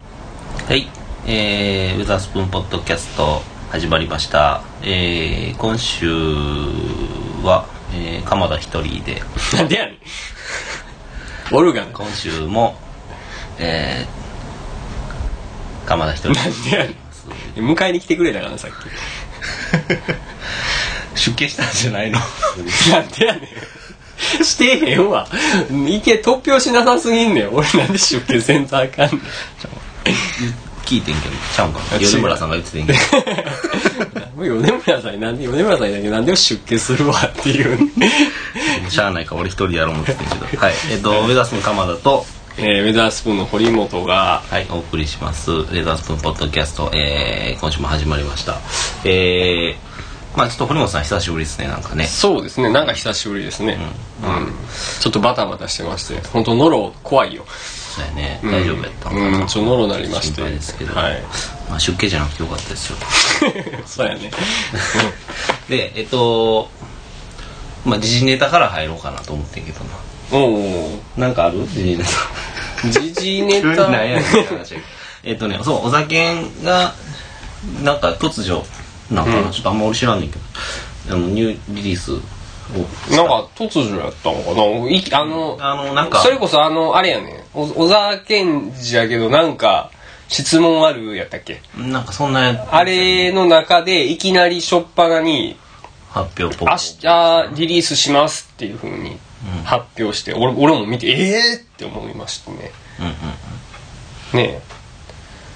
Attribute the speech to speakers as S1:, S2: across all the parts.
S1: はい、えー、ウザスプーンポッドキャスト始まりました、えー、今週は、えー、鎌田一人で
S2: なんでやねん。オルガン。なん
S1: 今週も、えー、鎌田一人で
S2: でやねん。迎えに来てくれたからさっ
S1: 出家したんじゃないの
S2: き。なんでやねん。してへんわ。いけ、突拍しなさすぎんねん。俺なんで出家センターかんねん。
S1: 聞いてんけどちゃうんか
S2: あ
S1: な
S2: 違う
S1: 米村さんが言ってて んけど
S2: 米村さんになんで、米村さんにだけなんでも出家するわっていう。
S1: しゃあないから俺一人でやろう思っててんけどはいえっ、とウザスプーン鎌田と
S2: えー、ウェザースプーンの堀本が、
S1: はい、お送りします。レザースプーンポッドキャスト、えー、今週も始まりました。えー、まあちょっと堀本さん久しぶりですね、なんかね。
S2: そうですね、なんか久しぶりですね。うん。ちょっとバタバタしてまして、本当ノロ怖いよ。
S1: そうやね、大丈夫やったのかな
S2: うん、ちょっとノロなりまして。
S1: 心配ですけど、
S2: はい。
S1: まあ出家じゃなくてよかったですよ。
S2: そうやね。
S1: で、えっと、まあ時事ネタから入ろうかなと思ってんけどな。
S2: うん。おー。
S1: なんかある時事ネタ。
S2: 時事ネ
S1: 急に
S2: タ
S1: なんやねんって話やけどえっとね、そう、お酒が、なんか突如、なんかな、ちょっとあんま俺知らんねんけど、あの、ニューリリースを。
S2: なんか突如やったのかないあの、
S1: あの、なんか、
S2: それこそあの、あれやねん。お小沢健二やけど、なんか、質問あるやったっけ
S1: なんかそんなやつ
S2: あれの中で、いきなり初っ端に、
S1: 発表ポ
S2: 明
S1: ッ
S2: 日リリースしますっていう風に発表して、俺俺も見て、ええー、って思いましたね。
S1: うんうんうん
S2: ね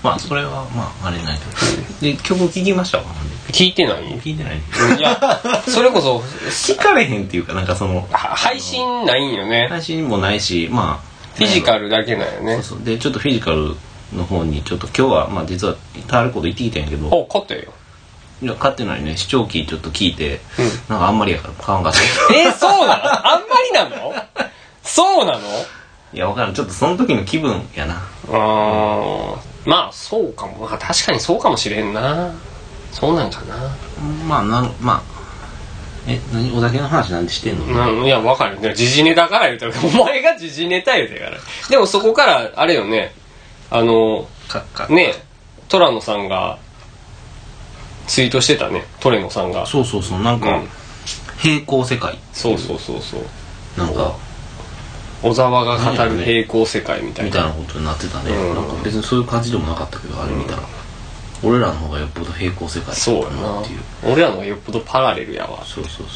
S1: まあそれはまああれないけどで曲聞きましたか
S2: え聞いてない
S1: 聞いてない
S2: いや、それこそ、
S1: 聞かれへんっていうかなんかその
S2: は配信ないんよね。
S1: 配信もないしまあ
S2: フィジカルだけなんよ
S1: そ
S2: ね
S1: う。そうでちょっとフィジカルの方にちょっと今日はまあ実はタールコード行ってきたんやけど
S2: お、勝ったよ。
S1: いや買ってないね視聴器ちょっと聞いて、なんかあんまりやから買わん かったけど
S2: えー、そうなのあんまりなのそうなの
S1: いやわからんちょっとその時の気分やな
S2: あーまあそうかもまあ確かにそうかもしれんなそうなんかな
S1: まあなんまあえ何お酒の話なんでしてんの、
S2: うんいやわかるでも時事ネタから言うたら お前が時事ネタ言うてからでもそこからあれよねあの
S1: かか
S2: ねトラノさんがツイートしてたねトレノさんが
S1: そうそうそうなんか、
S2: うん
S1: 平行世界
S2: そうそうそうそう
S1: なんか
S2: 小沢が語る平行世界みたい
S1: みたい
S2: な
S1: なことになってたね、
S2: うん
S1: なんか別にそういう感じでもなかったけどあれ見たら、俺らの方がよっぽど平行世界
S2: そうや
S1: だ
S2: な
S1: っていう
S2: 俺らの方がよっぽどパラレルやわ
S1: そうそうそう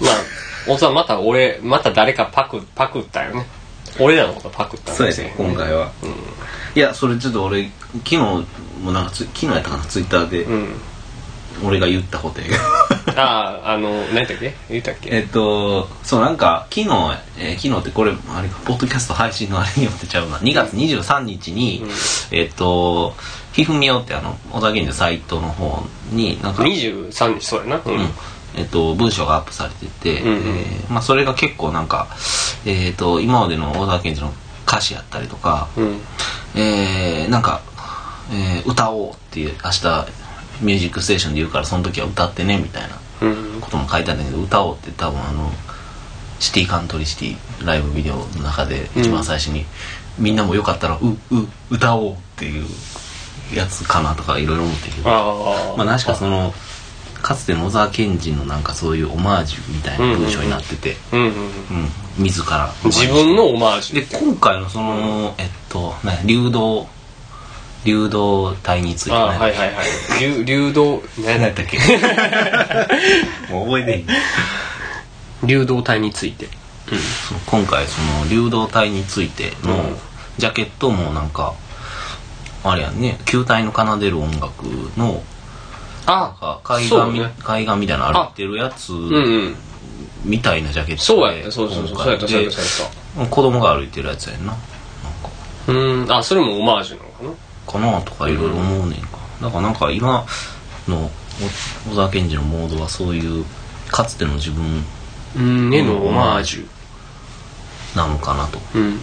S2: まあ、本当はまた俺、また誰かパク、パクったよね。俺らのことパクったん
S1: そう
S2: で
S1: や
S2: すよ
S1: ね今回は、いやそれちょっと俺昨日もなんかつ昨日やったかなツイッターで
S2: うん。
S1: 俺が言ったこと やけど
S2: ああ、あの、何やったっけ言ったっけ
S1: えっとそうなんか昨日、えー昨日ってこれあれかポッドキャスト配信のあれによってちゃうな2月23日に、えっとひふみよってあの小田原のサイトの方になんか
S2: 23日、そうやな。うん。
S1: えっと、文章がアップされてて、
S2: うんうん
S1: えーまあ、それが結構なんか、えっと今までの小沢健二の歌詞やったりとか、
S2: うん。
S1: えーなんか、えー歌おうっていう明日ミュージックステーションで言うからその時は歌ってねみたいな
S2: うん。
S1: ことも書いてあるんだけど歌おうって多分あのシティカントリーシティライブビデオの中で一番最初に、みんなもよかったら「うう歌おう」っていうやつかなとかいろいろ思ってるけど
S2: ああ。
S1: まあ、確かそのかつての小沢賢治のなんかそういうオマージュみたいな文章になってて、
S2: うんうん。
S1: うん自ら
S2: 自分のオマージュ
S1: で今回のその、えっとね流動流動体について、ね
S2: ああ、はいはいはい。流、流動、何
S1: 何
S2: や
S1: や
S2: っ
S1: った たっけもう覚えてへん
S2: 流動体について。
S1: その今回その流動体についての
S2: うん
S1: ジャケットもなんかあれやんね球体の奏でる音楽のなん
S2: あ
S1: か海岸
S2: そ
S1: み、
S2: うね
S1: 海岸みたいなの歩いてるやつ
S2: うんうん。
S1: みたいなジャケットで
S2: そうやった、そうそうそう。
S1: 今
S2: そう
S1: 回
S2: やった、そうや
S1: で
S2: った、そうやっ
S1: 子供が歩いてるやつやんななんか
S2: た。うん。あ、それもオマージュなのかな
S1: かなとかいろいろ思うねんか、だからなんか今のお小沢健二のモードはそういうかつての自分
S2: うん、絵のオマージュ。
S1: なのかなと
S2: うん。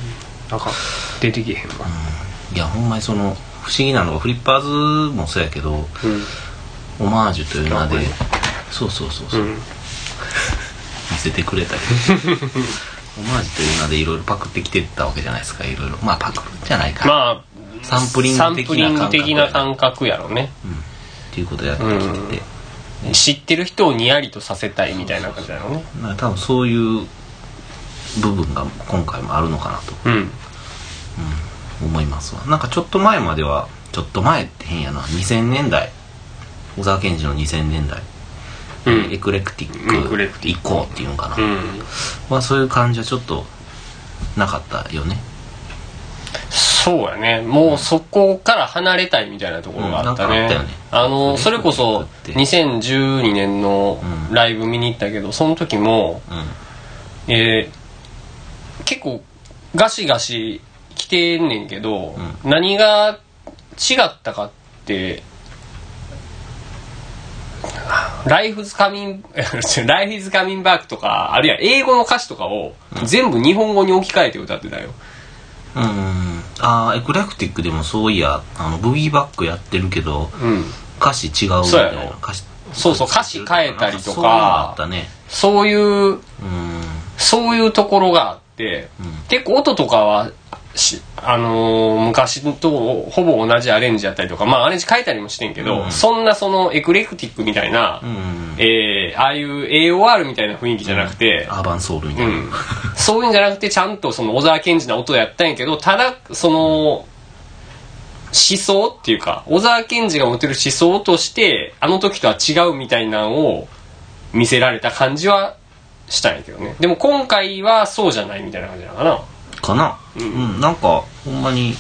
S2: なんか、出てけへんわ。
S1: いやほんまにその不思議なのがフリッパーズもそうやけど
S2: うん。
S1: オマージュという名で
S2: あこれ
S1: そうそうそうそうう、
S2: ん。
S1: 見せてくれた りオマージュという名でいろいろパクってきてったわけじゃないですかいろいろまあパクるんじゃないか、
S2: まあ、
S1: サンプリン
S2: サン
S1: グ的な感覚
S2: プリング的な感覚やろね。
S1: うん、っていうことやってきてて、
S2: 知ってる人をニヤリとさせたいみたいな感じだろうね。
S1: まあ多分そういう部分が今回もあるのかなと
S2: うん。
S1: 思いますわなんかちょっと前まではちょっと前って変やな2000年代小沢健二の2000年代、
S2: うん
S1: エクレクティ
S2: エクレ
S1: ッ
S2: ク
S1: ク
S2: ティ
S1: 以降っていうのかな、
S2: うん。
S1: まあ、そういう感じはちょっとなかったよね、
S2: そうやね。もうそこから離れたいみたいなところがあった
S1: うんなん
S2: ね
S1: かあったよね。
S2: あの、それこそ2012年の
S1: うん
S2: ライブ見に行ったけど、その時も、
S1: うん、
S2: えー結構ガシガシ来てんねんけど、
S1: う
S2: 何が違ったかって、ライフズカミン、 ライフズカミンバックとか、あるいは英語の歌詞とかを全部日本語に置き換えて歌ってたよ。
S1: うんああエクレクティックでもそういやあのブギーバックやってるけど
S2: うん。
S1: 歌詞違うみ
S2: そ
S1: た
S2: うや
S1: いな
S2: ろ
S1: 歌詞
S2: そうそう歌詞変えたりと
S1: そう
S2: か
S1: いうのあったね
S2: そういう、
S1: うん
S2: そういうところがあって、
S1: うん
S2: 結構音とかはし、あのー昔とほぼ同じアレンジやったりとか、まあアレンジ変えたりもしてんけど、
S1: うん
S2: そんなそのエクレクティックみたいな、
S1: うん
S2: えーああいう AOR みたいな雰囲気じゃなくて、
S1: アーバンソウルみ
S2: う
S1: たいな、
S2: ん、 そういうんじゃなくてちゃんとその小沢健二な音やったんやけどただその思想っていうか小沢健二が持ってる思想としてあの時とは違うみたいなのを見せられた感じはしたんやけどねでも今回はそうじゃないみたいな感じなのかな
S1: かなうん、なんかほんまに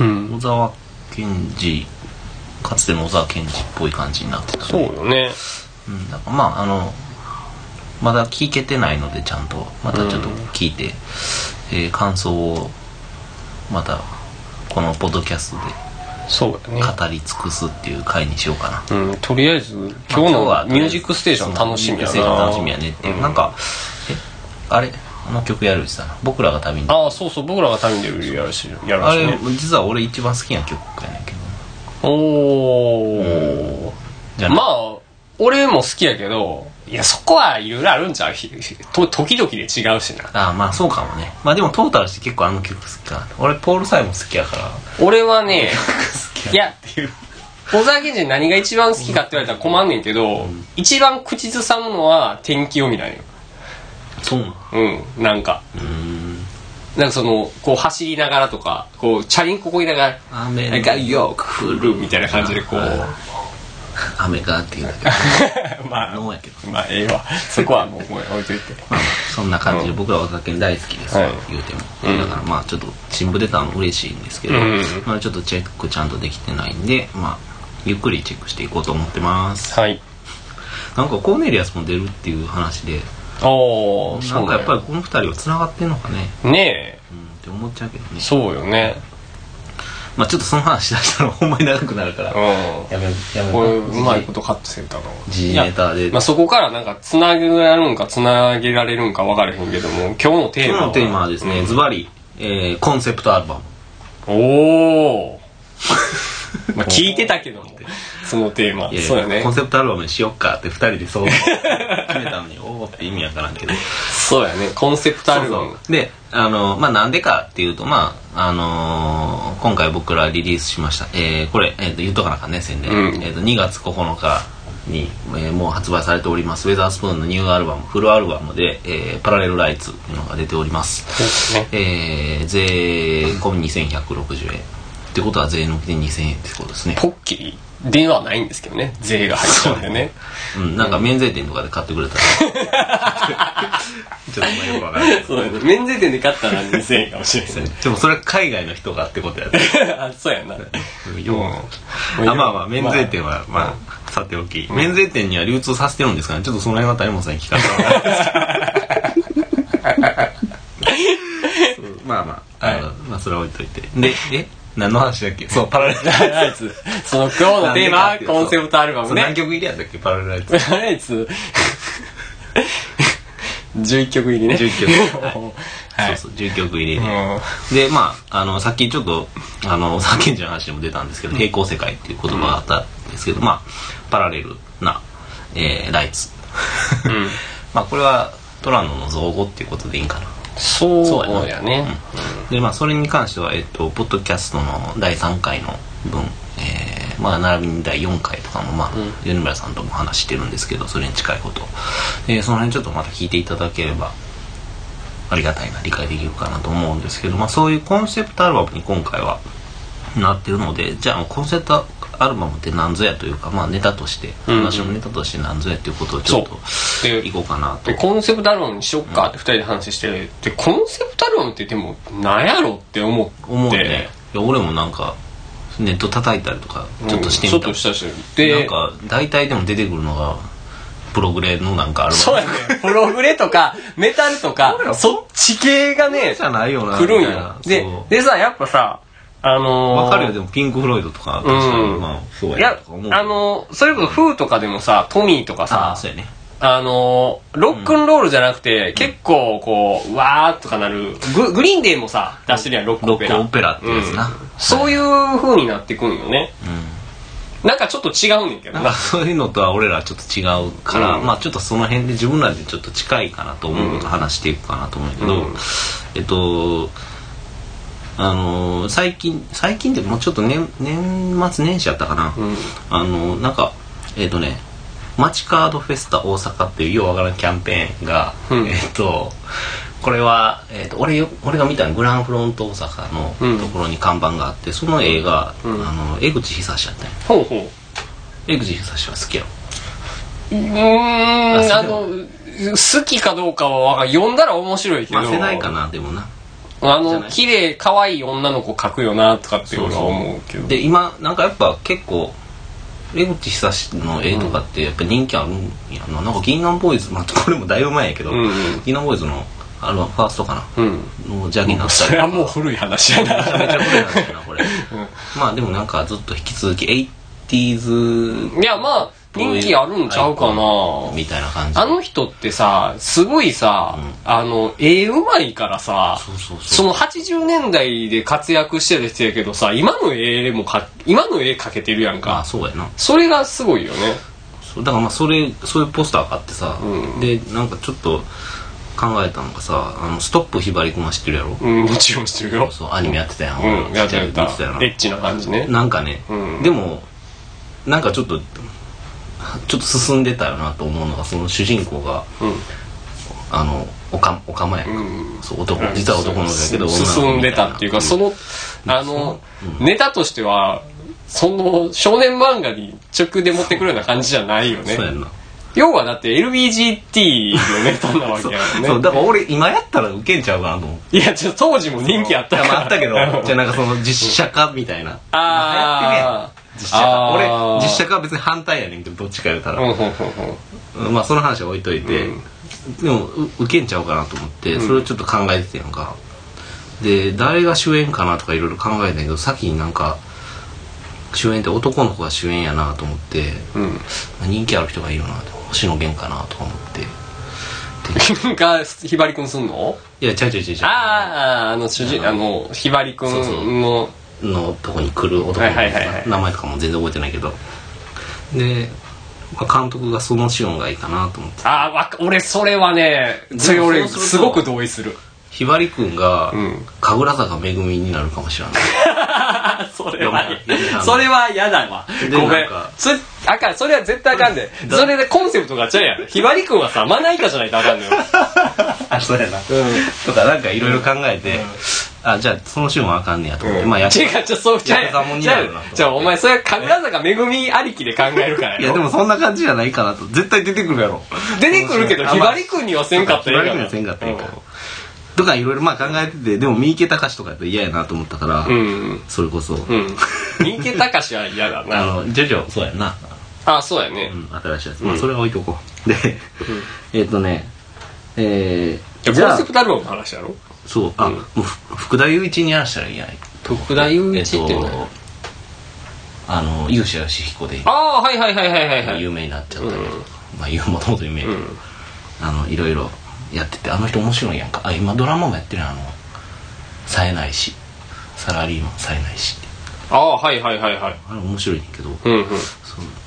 S2: うん
S1: 小沢健二かつての小沢健二っぽい感じになってたね
S2: そうよね
S1: うん、だからまああのまだ聞けてないのでちゃんとまたちょっと聞いて、えー感想をまたこのポッドキャストで
S2: そうやね
S1: 語り尽くすっていう回にしようかな
S2: うん、とりあえず今日の「ミュージックステーション」楽しみ
S1: ミ
S2: や
S1: ュージックステーション
S2: な
S1: 楽しみやねっていう、
S2: うん
S1: なんかえあれあの曲やるしさ僕らが旅にあ
S2: ああそうそう僕らが旅に出るやるしやる
S1: あ
S2: し
S1: れ
S2: ね
S1: 実は俺一番好きな曲やねんけど
S2: おお、
S1: じゃ
S2: ま
S1: あ
S2: あ俺も好きやけどいやそこはいろいろあるんちゃう ひと時々で違うしな
S1: あまあそうかもねまあでもトータルして結構あの曲好きかな俺ポール・サイも好きやから
S2: 俺は ね
S1: 好き
S2: いや
S1: っていう
S2: 小沢健二何が一番好きかって言われたら困んねんけど、一番口ずさむのは天気読みなんよ
S1: そうなの
S2: うんなんか
S1: うーん
S2: なんかそのこう走りながらとかこうチャリンコこいながら
S1: 雨
S2: なんかよく降るみたいな感じでこう
S1: 雨がっていうんだけど
S2: まあ
S1: ノーやけど
S2: まあええわそこはもうもう置いといて
S1: まあまあそんな感じで僕らはお酒大好きです
S2: はい
S1: 言うてもだからまあちょっと新聞出たの嬉しいんですけど
S2: うん
S1: まあちょっとチェックちゃんとできてないんでまあゆっくりチェックしていこうと思ってます
S2: はい
S1: なんかコーネリアスも出るっていう話で
S2: おお
S1: な
S2: そ
S1: ん
S2: う
S1: か
S2: だ
S1: やっぱり
S2: よ
S1: この二人は繋がってんのかね
S2: ね
S1: うんって思っちゃうけど
S2: え
S1: ね
S2: そうよね
S1: まあちょっとその話出したらほんまに長くなるから
S2: うん
S1: やめようやめ
S2: これ
S1: よ
S2: う
S1: う
S2: まいことカットせんたかも
S1: 時事ネタで
S2: まあ、そこからなんかつなげられるんかつなげられるんか分からへんけども今日のテーマ
S1: 今日のテーマはですね、ズバリ、えーコンセプトアルバム
S2: おおーまあ聞いてたけどもそのテー
S1: い
S2: マ
S1: やいや
S2: そうやね
S1: コンセプトアルバムにしよっかって二人でそう 決めたのにおおって意味わからんけど
S2: そうやねコンセプトアルバム
S1: そうそうであのまあなんでかっていうとまああのー今回僕らリリースしました、えーこれ、えーと言っとかなあかんね宣伝、
S2: うん
S1: えーと2月9日に、えーもう発売されておりますウェザースプーンのニューアルバムフルアルバムで、えーパラレルライツ」というのが出ております
S2: そうね
S1: えー、税込み2160円ってことは税抜きで2000円ってことですね
S2: ポッキリではないんですけどね税が入ったんでね
S1: うんなんか免税店とかで買ってくれたら ちょっとあんまよくわからない
S2: そうやね免税店で買ったら2000円かもしれない
S1: でもそれは海外の人がってことやで
S2: あそうやな
S1: ようあまあまあ免税店はまあさておき免税店には流通させてるんですかねちょっとその辺は谷本さんに聞かせてもらいますけど そうまあまああのまあそれは置いといてでえ何の話だっけそうパラ レル
S2: とりあえずその今日のテーマはコンセプトアルバム
S1: そう
S2: ね
S1: 何曲入りやったっけパラレルライツ
S2: とりあえず11曲入りね
S1: 11曲
S2: は
S1: そう
S2: い
S1: そう10曲入り
S2: う
S1: で、で
S2: ん
S1: まああのさっきちょっとあのさっきの話にも出たんですけど、平行世界っていう言葉があったんですけど、まあパラレルな、えーライツ、
S2: ん
S1: まあこれはトラノの造語っていうことでいいんかな
S2: そう
S1: そう
S2: や
S1: や
S2: ね。
S1: でまあそれに関してはえっとポッドキャストの第3回の分えーまあ並びに第4回とかもまあ、米村さんとも話してるんですけどそれに近いこと、えーその辺ちょっとまた聞いていただければありがたいな理解できるかなと思うんですけど、まあ、そういうコンセプトアルバムに今回はなってるのでじゃあもうコンセプトアルバムって何ぞやというか、まあ、ネタとして
S2: んうん
S1: 話のネタとして何ぞやということをちょっと
S2: そうで
S1: いこうかなと
S2: で、コンセプトアルバムにしよっかって二人で話して、で、コンセプトアルバムってでも、なんやろって思って。
S1: 思うねいや俺もなんかネット叩いたりとか
S2: うん。
S1: ちょっとして
S2: ちょ
S1: み、
S2: ったとしたし。で、
S1: なんか大体でも出てくるのがプログレのなんかある
S2: そうやね。プログレとか、メタルとか、そっち系がね
S1: じ、ゃないよな
S2: 来るん
S1: みたい
S2: よ
S1: な。
S2: で
S1: そう、
S2: でさ、やっぱさ、あのー、
S1: わかるよでもピンク・フロイドとか確かに、
S2: うん
S1: まあそうや
S2: いや
S1: なとか思うけ、ど
S2: あのー、それこそ、フーとかでもさ、トミーとか
S1: あ
S2: さ
S1: あ、そうやね
S2: あのー、ロックンロールじゃなくて、結構こう、うわーっとかなる、ググリーンデーもさ、出してるやん、ロック
S1: ロ
S2: オペ
S1: ック
S2: ラ。
S1: オペラってやつな、
S2: うんそういう風になってくんよね。
S1: うん
S2: なんかちょっと違うんやけど
S1: なんか
S2: な。
S1: そういうのとは俺らちょっと違うから、
S2: うん
S1: まあちょっとその辺で自分らでちょっと近いかなと思うことを話していくかなと思うんやけど、
S2: うん
S1: えっとあのー最近最近でもうちょっと年年末年始やったかな、
S2: うん。
S1: あのーなんかえっとね街カードフェスタ大阪っていうようわからんキャンペーンが、
S2: うん
S1: えっとこれは、えっと俺よ俺が見たのグランフロント大阪
S2: うん
S1: のところに看板があって、その映画、
S2: うん
S1: あの江口久志やったんや
S2: ほうほう。
S1: 江口久志は好きやろ
S2: うーん、あ
S1: あそ
S2: の、好きかどうかはわかん、読んだら面白いけど。
S1: まあ世代かなでもな
S2: あ
S1: じゃ
S2: の
S1: な、い
S2: 綺麗、可愛い女の子描くよな、とかって俺は思うけど。
S1: で今なんかやっぱ結構江口久志の絵とかってやっぱ人気あるんやな,、なんか銀杏ボーイズ、まあ、これもだいぶ前やけど、
S2: うんうん
S1: 銀杏ボーイズのあれはファーストかな、
S2: うん。
S1: の邪気になった
S2: そ
S1: り
S2: れはもう古い話やな。
S1: めちゃめちゃ古い話やなこれ、まあでもなんかずっと引き続き 80s
S2: いや、まあ、人気あるんちゃうかな。
S1: みたいな感じ
S2: あの人ってさ、すごいさ、あの、絵うまいからさ、
S1: そうそうそう
S2: その80年代で活躍してる人やけどさ、今の絵もか、今の絵描けてるや
S1: ま
S2: ん
S1: あ
S2: か。
S1: そうやな
S2: それがすごいよね。
S1: そうだからまあそれそういうポスターがあってさ、
S2: う
S1: でなんかちょっと考えたのがさ「あのストップひばりくんは知ってるやろ、
S2: うん、もちろんしてるよ。
S1: そうアニメやってたやん、
S2: うん、やってたやっ
S1: 見てたよな
S2: た。エッチな感じね。
S1: なんかね、
S2: うん
S1: でもなんかちょっとちょっと進んでたよなと思うのがその主人公が
S2: う
S1: あのおかおかまやんか、
S2: ん。うん。
S1: そう男実は男の子だけど女の子みたいな
S2: 進んでたっていうか、その、あの、ネタとしては、その少年漫画に直で持ってくるような感じじゃないよね。
S1: そうやんな、
S2: 要はだって LBGT のネタなわけやもんね。
S1: そうだから俺今やったらウケんちゃうかなと思う
S2: いや、ちょっと当時も人気あった
S1: い
S2: か
S1: やま
S2: ら。
S1: ああったけ どじゃあなんかその実写化みたいな流行って
S2: あー
S1: ね実写化俺
S2: あー
S1: 実写化は別に反対やねんけどどっちか言うたら、
S2: うん、ほんほんほん。
S1: まあその話は置いといて、
S2: うん
S1: でもう受けんちゃうかなと思ってそれをちょっと考えてたやんか、で誰が主演かなとかいろいろ考えたんやけど先になんか主演って男の子が主演やなと思って、
S2: うん。
S1: 人気ある人がいいよなと星野源かなとか思って
S2: が、ひばりくんすんの
S1: いやちゃうちゃうちゃうち
S2: あ
S1: ゃ
S2: あ、あの、主人、あの、ひばりくんの、
S1: そうそううのとこに来る男の子
S2: はいはいはいはい
S1: 名前とかも全然覚えてないけどで、まあ監督がそのシオンがいいかなと思って
S2: ああ、わか俺、それはね、それ
S1: そ
S2: 俺、
S1: うすると
S2: すごく同意 する。
S1: ひばりくんが
S2: うん
S1: 神楽坂めぐみになるかもしれない
S2: あそれ
S1: 読
S2: は
S1: まな、い
S2: それは嫌だわ。
S1: で
S2: ごめ
S1: なんんか。
S2: つ、あかん、それは絶対あかんで。
S1: だ
S2: それでコンセプトがちゃうやん。ひばりくんはさ、まな板じゃないとあかんのよ。
S1: あそうやな、とかなんかいろいろ考えて、あじゃあその週もあかんねやと思って、まあやっ
S2: 違う、ちょ、そう、ちゃう
S1: やっぱ
S2: や
S1: も
S2: ん。
S1: ん
S2: ち
S1: に
S2: ゃ
S1: な
S2: う
S1: るなと
S2: ちゃうお前、それは神楽坂めぐみありきで考えるから
S1: いやでもそんな感じじゃないかなと絶対出てくるやろ
S2: 出てくるけど、
S1: あまあ
S2: ひばりくんにはせんかったらええ
S1: 言
S2: や
S1: わ
S2: ん
S1: れてんかったらいいからとかいろいろまあ考えててでも三池隆とかやったら嫌やなと思ったから、
S2: うん。うん。
S1: それこそ、
S2: うん。 三池隆は嫌だな。
S1: あのジョジョそうやんな、
S2: あ、そうやね
S1: う。ん、新しいやつ、まあそれは置いとこうで、えっ、とねえ
S2: コ
S1: ー、
S2: ン
S1: じゃあ
S2: セプトアルバムの話やろ
S1: そうあ、もうふ福田雄一にやらしたらいいやん
S2: 徳田雄
S1: えっ
S2: 一って
S1: とあの勇者よし彦でいい
S2: ああ、はいはいはいはいはいはい。
S1: 有名になっちゃったけど、まあ有もともと有名やけど、あのいろいろやっててあの人面白いやんかあ今ドラマもやってるやんあの冴えないしサラリーマン冴えないしって
S2: ああ、はいはいはいはい。
S1: あれ面白いねんけど、
S2: うんうん。
S1: そう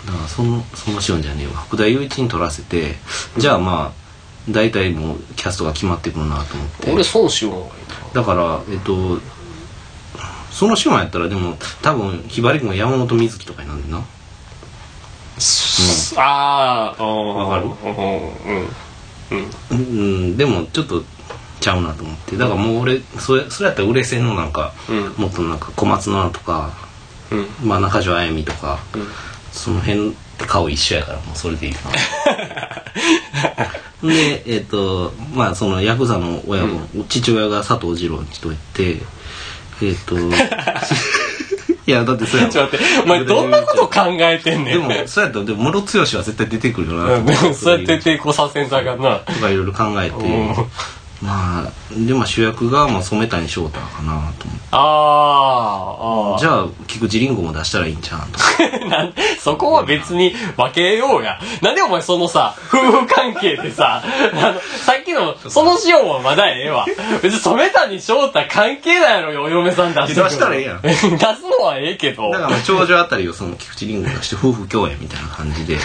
S1: だからそのそのシオンじゃねえわ福田雄一に取らせてじゃあまあ大体もうキャストが決まってくるなと思って
S2: 俺孫子もがいいな
S1: だからえっとその週間やったらでも多分ひばりくんは山本美月とかになるんだな
S2: ああわ
S1: わかる
S2: うんうん
S1: うんでもちょっとちゃうなと思ってだからもう俺それそれやったら売れ線のなんか、
S2: うん
S1: もっとなんか小松菜奈とか、
S2: うん
S1: まあ、中条あやみとか、
S2: うん
S1: その辺って顔一緒やからもうそれ でいいかなでえっ、とまあそのヤクザの親も、父親が佐藤二郎にしといてえっ、 といやだってそれ
S2: ちょっと待ってお前どんなこと考えてんね
S1: で
S2: ん
S1: もそうやったらでもムロツヨシは絶対出てくるよなと
S2: う
S1: 思
S2: ん
S1: って
S2: でもそうやって抵抗させんさがな
S1: とかいろいろ考えてまあでまあ主役がまあ染谷翔太かなと思って
S2: あああ
S1: じゃあ菊池凛子も出したらいいんちゃうんとか
S2: あなんそこは別に分けようやなんでお前そのさ夫婦関係でさあのさっきのそのシオンはまだええわ別に染谷翔太関係ないやろよお嫁さん出してくる
S1: 出したらええやん
S2: 出すのはええけど
S1: だからまあ長女あたりをその菊池凛子出して夫婦共演みたいな感じ で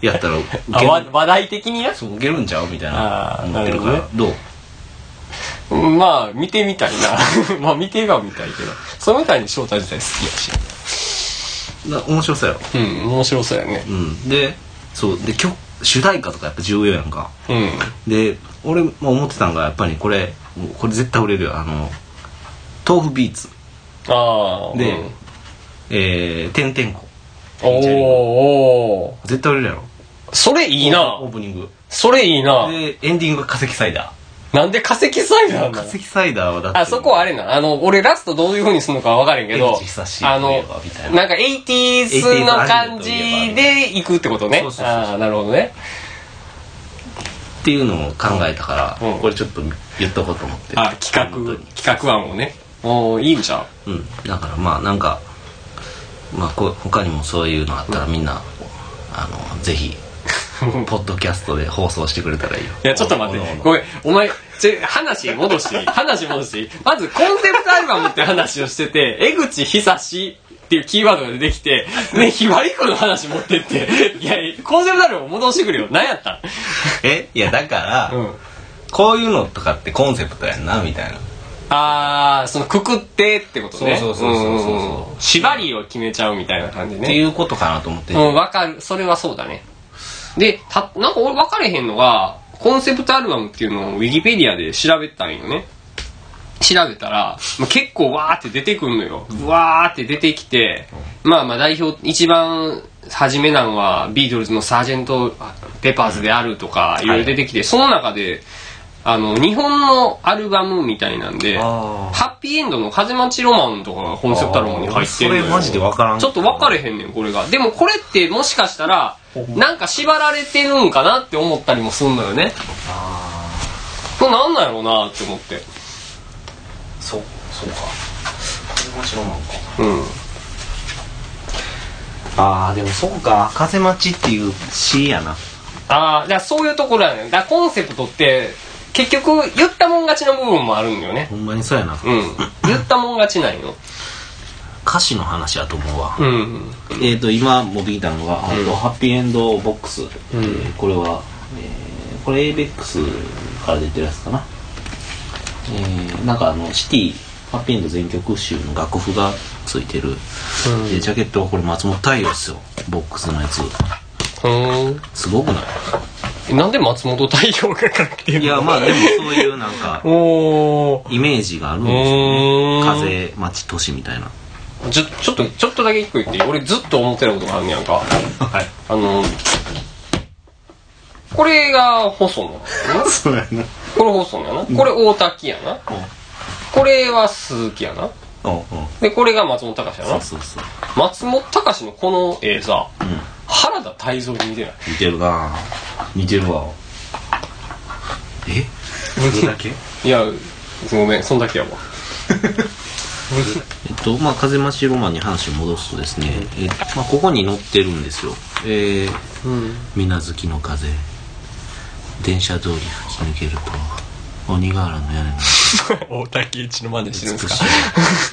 S1: やったら受け
S2: あ
S1: る
S2: わ話題的にや
S1: そう受けるんちゃうみたいな
S2: あー
S1: 思ってるから
S2: なるほ
S1: どう
S2: うんまあ見てみたいな まあ見てはみたいけど染谷翔太自体好きやし
S1: だ面白そうやろ
S2: うん面白そうやね
S1: うんでそうで曲主題歌とかやっぱ重要やんか
S2: うん
S1: で俺も思ってたのがやっぱりこれこれ絶対売れるよあの豆腐ビーツ
S2: ああ
S1: で、
S2: うん
S1: えー、てんてんこ
S2: おーお
S1: 絶対売れるやろ
S2: ーそれいいな
S1: オープニング
S2: それいいな
S1: でエンディングが化石サイダ
S2: なんで化石サイ
S1: ー
S2: ダーな
S1: 化
S2: の
S1: 石サイダーはだって
S2: あそこはあれなあの俺ラストどういう風にするのか分からへんけど
S1: 江口久志
S2: あ
S1: といえ
S2: の
S1: ばみたいな
S2: なんか 80s の感じで行くってことね
S1: そうそうそう
S2: ああなるほどね
S1: っていうのを考えたから、
S2: うん
S1: これちょっと言っとこうと思って
S2: あ企
S1: 本当
S2: 画
S1: に
S2: 企画案をねおーいいんちゃう
S1: うんだからまあなんかまあこ他にもそういうのあったらみんな、あのぜ ひポッドキャストで放送してくれたらいいよ
S2: いや、ちょっと待って。
S1: おのおの
S2: ごめん。お前、ちょ、話戻していい話戻していいまず、コンセプトアルバムって話をしてて、江口久志っていうキーワードが出てきて、ね、ひばりくんの話持ってって、いや、コンセプトアルバム戻してくるよ。何やった
S1: えいやだから、
S2: んうん。
S1: こういうのとかってコンセプトやんなみたいな
S2: あー、その、くくってってことね。
S1: そうそうそうそうそうそうん
S2: んん縛りを決めちゃうみたいな感じ
S1: って
S2: ね。
S1: いうことかなと思って、
S2: うん、わかる。それはそうだね。で、た、なんか俺分かれへんのが、コンセプトアルバムっていうのをウィキペディアで調べたんよね。調べたら、まあ、結構わーって出てくんのよ。わーって出てきて、まあまあ代表、一番初めなんは、ビートルズのサージェント・ペパーズであるとか、いろいろ出てきて、その中で、あの、日本のアルバムみたいなんで、
S1: あー
S2: ハッピーエンドの風待ちロマンとかがコンセプトアルバムに入ってんのよ。
S1: それマジで分からん
S2: ちょっと分かれへんねん、これが。でもこれってもしかしたら、なんか縛られてるんかなって思ったりもすんのよね。これなんなんやろうなって思って。
S1: そうそうか風待ちロマンか
S2: うん。
S1: ああでもそうか風待ちっていう詩やな
S2: ああ、じゃあそういうところやねん。だからコンセプトって、結局言ったもん勝ちの部分もあるんだよね。
S1: ほんまにそうやな、
S2: うん。言ったもん勝ちなんよ。
S1: 歌詞の話やと思うわ、
S2: うん。
S1: えっ、ー、と今持ってきたのが、えっとハッピーエンドボックス、えーこれは、えーこれ ABEX から出てるやつかなえー、なんかあのシティハッピーエンド全曲集の楽譜がついてる、でジャケットはこれ松本太陽ですよボックスのやつ
S2: うん。
S1: すごくない
S2: えなんで松本太陽が書くっていうの
S1: いやまあでもそういうなん か
S2: おー。
S1: イメージがあるんですよね
S2: うーん
S1: 風待ち都市みたいな
S2: ちょ、ちょっと、ちょっとだけ一個言っていい俺ずっと思ってることがあるんねやんか。
S1: はい
S2: あの、これが細野なのね。
S1: そうやな
S2: これ細野やな。これ大滝やな。これは鈴木やな。
S1: うんうん
S2: で、これが松本隆や
S1: そ
S2: な
S1: う。そうそう
S2: 松本隆のこの絵さ、
S1: ん
S2: 原田泰造に似てない。
S1: 似てるな似てるわ えそれだけ
S2: いや、ごめん、そんだ けやわ。
S1: えっとまあ風待ちロマンに話を戻すとですね、えまあ、ここに載ってるんですよえー
S2: うん。
S1: 水月の風電車通り吹き抜けると鬼瓦の屋根の
S2: 大滝一の真似してるんです
S1: 美
S2: か
S1: し。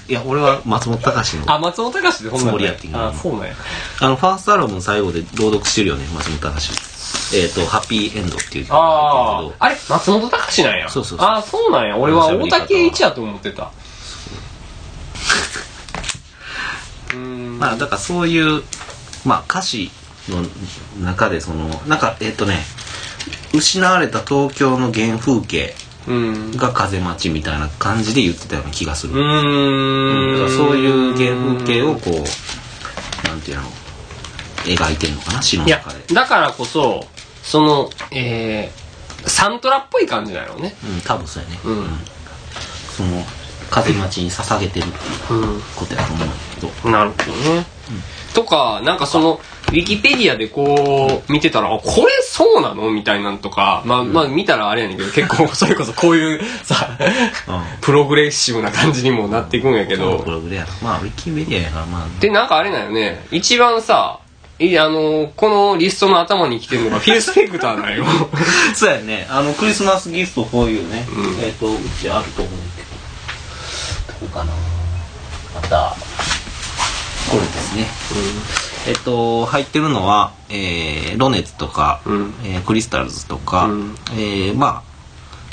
S1: いいや俺は松本隆の
S2: あ、松本隆でほんな
S1: つも
S2: ん
S1: り
S2: や
S1: やっていう
S2: あ、そうなんや。
S1: あのファーストアルバムの最後で朗読してるよね松本隆えっ、と、ハッピーエンドっていう曲が
S2: あ
S1: 入ってるけ
S2: あ
S1: ど、
S2: あれ松本隆なんや。
S1: そうそうそう
S2: ああ、そうなんや。俺は大竹一やと思ってた。うーん。
S1: まあ、だからそういう、まあ、歌詞の中で、その、なんか、えっ、とね、失われた東京の原風景
S2: うん。
S1: が風待ちみたいな感じで言ってたような気がする。
S2: う
S1: だか
S2: ー
S1: ら
S2: ん。
S1: そういう原風景をこう、なんていうの、描いてるのかな、詩の
S2: いや
S1: 中で。、
S2: だからこそ、その、えー、サントラっぽい感じだよね。
S1: うん、多分そうやね。
S2: うん。
S1: その、風待ちに捧げてるっていう
S2: う
S1: ことやと思うんだけど。
S2: ん。なるほどね。とか、なんかその、ウィキペディアでこう、見てたら、あこれそうなのみたいなんとか、まあ、まあ見たらあれやねんけど、結構、 それこそこういうさ、プログレッシブな感じにもなっていくんやけど
S1: ブ、ログでやろ。まあ、ウィキメディアやから、まあ、
S2: で、なんかあれなんよね、一番さ、いあのこのリストの頭に来てるのがフィル・スペクター だよ。
S1: そうやね。あの、クリスマスギフトこういうね、
S2: うん
S1: えっ、と、うちあると思うけど。どうかなまた、これですね。えっ、と、入ってるのは、えー、ロネツとか、
S2: うん
S1: えークリスタルズとか、
S2: うん
S1: えー、まあ、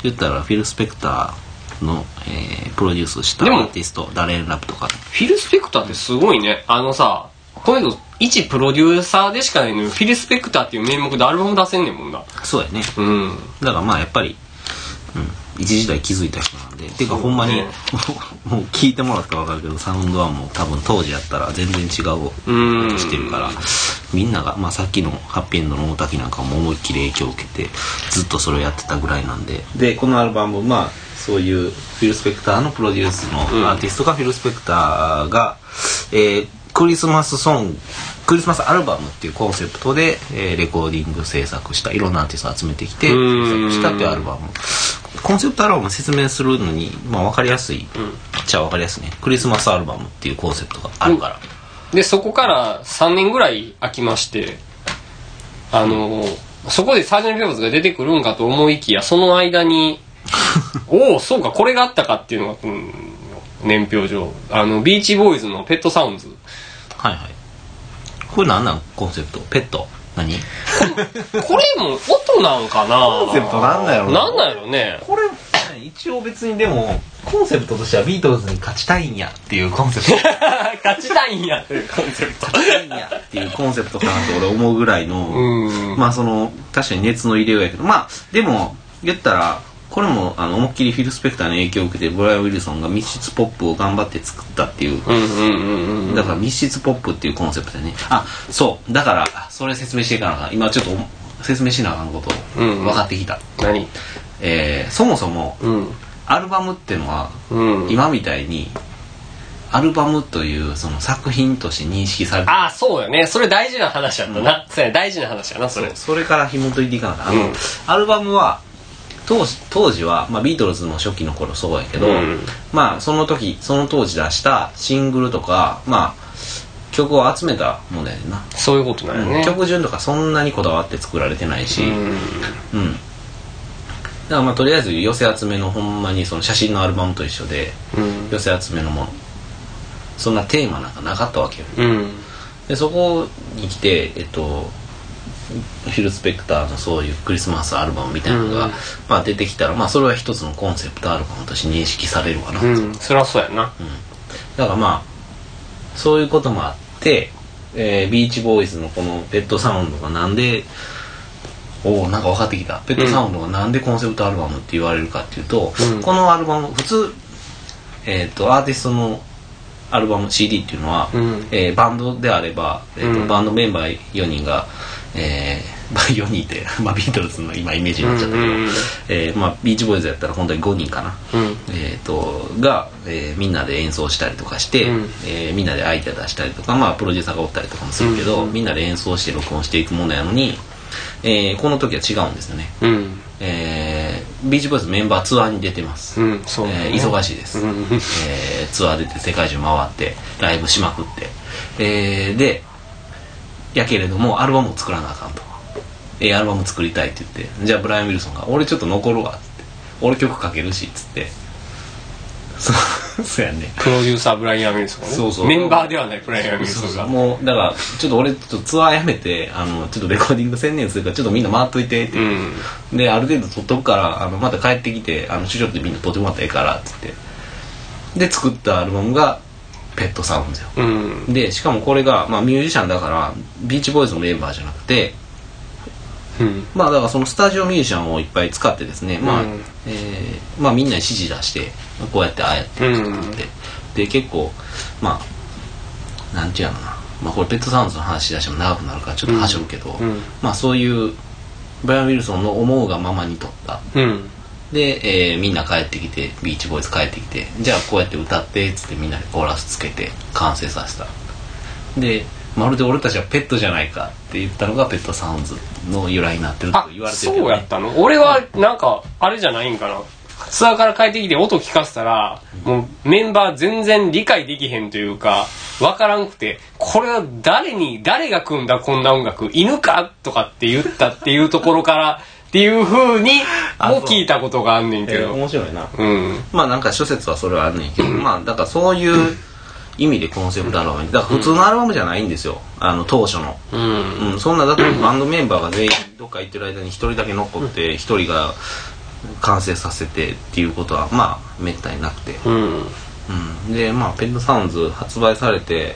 S1: 言ったらフィル・スペクターの、えー、プロデュースしたア
S2: でも
S1: ーティスト、ダレン・ラップとか、
S2: フィル・スペクターってすごいね。あのさ、この人、一プロデューサーでしかないのに、フィル・スペクターっていう名目でアルバム出せんねんもんな。
S1: そうやね。
S2: うん。
S1: だからまあやっぱり、うん、一時代気づいた人なんでていうかほんまに、
S2: う ん
S1: もうもう聞いてもらったら分かるけどサウンドはもう多分当時やったら全然違う
S2: うん
S1: ことしてるからみんなが、まあ、さっきのハッピーエンドの大滝なんかも思いっきり影響を受けてずっとそれをやってたぐらいなんででこのアルバムまあそういうフィル・スペクターのプロデュースの
S2: うん
S1: アーティストがフィル・スペクターが、えークリスマスソングクリスマスアルバムっていうコンセプトで、えーレコーディング制作したいろんなアーティストを集めてきて
S2: うん
S1: 制作したっていうアルバムコンセプトアルバムを説明するのに、まあ、分かりやすい、じゃあ分かりやすいねクリスマスアルバムっていうコンセプトがあるから、
S2: で、そこから3年ぐらい空きまして、あのそこでサージェント・ペパーズが出てくるんかと思いきや、その 間に、おお、そうか、これがあったかっていうのが、うん年表上。あの、ビーチボーイズのペットサウンズ。
S1: はいはいこれ何なんコンセプトペット何
S2: これも音なんかな
S1: コンセプトなんだよな
S2: なんだよね。
S1: これ一応別にでもコンセプトとしてはビートルズに勝ちたいんやっていうコンセプ ト 勝
S2: 勝ちたいんやというコンセプ
S1: ち
S2: ト。
S1: たいんやっていうコンセプトかなと俺思うぐらいの、
S2: うん。
S1: まあその確かに熱の入れようやけどまあでも言ったらこれもあの思いっきりフィル・スペクターの影響を受けてブライアン・ウィルソンが密室ポップを頑張って作ったっていう、
S2: うんうんうんうん。
S1: だから密室ポップっていうコンセプトでねあそうだからそれ説明していかなあかん今ちょっとお説明しなあかんこと
S2: うんうん
S1: 分かってきた、
S2: 何
S1: えーそもそも
S2: うん。
S1: アルバムってのは
S2: うん。
S1: 今みたいにアルバムというその作品として認識されて
S2: ああ、そうよね。それ大事な話やったな。そうや、大事な話やな、それ。
S1: それから紐解いていかなあかんあの、
S2: うん
S1: アルバムは当時当時は、まあ、ビートルズの初期の頃そうやけど、
S2: うん
S1: まあその時その当時出したシングルとかまあ曲を集めたもんだよな、
S2: そういうことなんよね。
S1: 曲順とかそんなにこだわって作られてないし、
S2: うん。
S1: うん。だからまあとりあえず寄せ集めのほんまにその写真のアルバムと一緒で
S2: うん。
S1: 寄せ集めのものそんなテーマなんかなかったわけよ
S2: うん。
S1: でそこに来てえっとフィル・スペクターのそういうクリスマスアルバムみたいなのが、
S2: うん
S1: まあ、出てきたら、まあ、それは一つのコンセプトアルバムとして認識されるわな、
S2: うん。そりゃそうやな。
S1: だからまあそういうこともあって、えービーチボーイズのこのペットサウンドがなんでおおなんか分かってきたペットサウンドがなんでコンセプトアルバムって言われるかっていうと、
S2: うん
S1: このアルバム普通、えー、とアーティストのアルバム CD っていうのは、
S2: うん
S1: えーバンドであれば、えーと
S2: うん
S1: バンドメンバー4人が、えーまあ4人って まあ、ビートルズの今イメージになっちゃったけど、
S2: うんうんうん
S1: えーまあ、ビーチボーイズやったら本当に5人かな、
S2: うん。
S1: えー、とが、えーみんなで演奏したりとかして、
S2: うん
S1: えーみんなでアイデア出したりとか、まあ、プロデューサーがおったりとかもするけど、
S2: うん
S1: みんなで演奏して録音していくものやのに、えーこの時は違うんですよね、
S2: うん。
S1: えービーチボーイズメンバーツアーに出てます、
S2: うん。そうだ
S1: え
S2: ね。
S1: ー忙しいです、
S2: うん。
S1: えーツアー出て世界中回ってライブしまくって、えーでやけれどもアルバムを作らなあかんとえーアルバム作りたいって言ってじゃあブライアン・ウィルソンが「俺ちょっと残るわ」っつって「俺曲書けるし」っつってそう そうやね
S2: プロデューサーブライアン・ウィルソン、ね、
S1: そうそう
S2: メンバーではないブライアン・ウィルソンが
S1: もうだからちょっと俺ちょっとツアーやめてあのちょっとレコーディング専念するからちょっとみんな回っといてって、
S2: うん
S1: である程度撮っとくからあのまた帰ってきてあの主張ってみんな撮ってもらったらええからっつってで作ったアルバムが「ペットサウンズ」よ
S2: うん
S1: でしかもこれが、まあ、ミュージシャンだからビーチボーイズのメンバーじゃなくて
S2: うん
S1: まあだからそのスタジオミュージシャンをいっぱい使ってですね、まあ
S2: うん
S1: えーまあみんなに指示出してこうやってああやって
S2: うん
S1: 作って、で結構まあなんていうのかな、まあ、これペットサウンズの話し出しても長くなるからちょっとはしょるけど、
S2: うん
S1: まあそういうブライアン・ウィルソンの思うがままに撮った
S2: うん
S1: で、えーみんな帰ってきてビーチボーイズ帰ってきてじゃあこうやって歌ってっつってみんなでコーラスつけて完成させたでまるで俺たちはペットじゃないかって言ったのがペットサウンズの由来になってると
S2: あ
S1: 言われてるけ
S2: そ
S1: ど、
S2: うやっ
S1: ね、
S2: たの俺はなんかあれじゃないんかなツアーから帰ってきて音聞かせたらもうメンバー全然理解できへんというかわからんくてこれは誰に誰が組んだこんな音楽犬かとかって言ったっていうところからっていうふうに
S1: あ
S2: も
S1: そう
S2: 聞いたことがあんねんけ
S1: えー
S2: ど
S1: 面白いな
S2: うん
S1: まあなんか諸説はそれはあんねんけど、まあだからそういう意味でコンセプトアルバムにだから普通のアルバムじゃないんですよあの当初の
S2: うん
S1: うん、そんなだってバンドメンバーが全員どっか行ってる間に一人だけ残って一人が完成させてっていうことはまあめったになくて、
S2: うん
S1: うん、でまあペンドサウンズ発売されて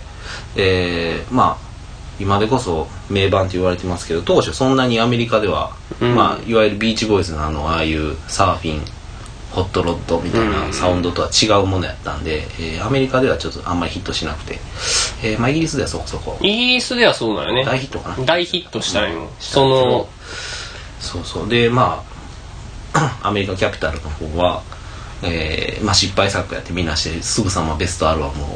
S1: えーまあ今でこそ名盤と言われてますけど当初そんなにアメリカでは、
S2: うん
S1: まあいわゆるビーチボーイズのあのああいうサーフィンホットロッドみたいなサウンドとは違うものやったんで、えーアメリカではちょっとあんまりヒットしなくて、えーまあイギリスではそこそこ
S2: イギリスではそうなのね
S1: 大ヒットかな
S2: 大ヒットしたんよその
S1: そうそうでまあ アメリカキャピタルの方は、えーまあ、失敗作やってみんなしてすぐさまベストアルバムを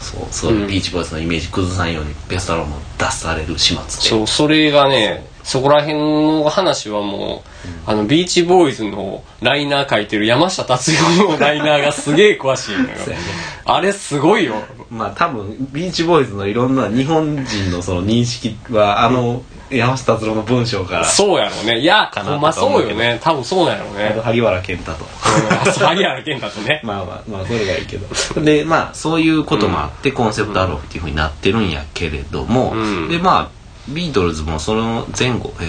S1: そうそういうビーチボーイズのイメージ崩さんようにベストアルバムを出される始末で
S2: そう、それがね、そこら辺の話はもう、あの、ビーチボーイズのライナー書いてる山下達郎のライナーがすげえ詳しいの よ
S1: そうやね。
S2: あれすごいよ。
S1: まあ多分ビーチボーイズのいろんな日本人のその認識はあの山下達郎の文章から
S2: そうやろね。いや、
S1: かな
S2: ほんまそうよね。多分そうなんやろ
S1: あと
S2: ね。
S1: 萩原健太と。
S2: 萩原健太とね。
S1: まあまあまあそれがいいけど でまあそういうこともあってコンセプトアルバムっていうふうになってるんやけれども、
S2: うん
S1: でまあビートルズもその前後、え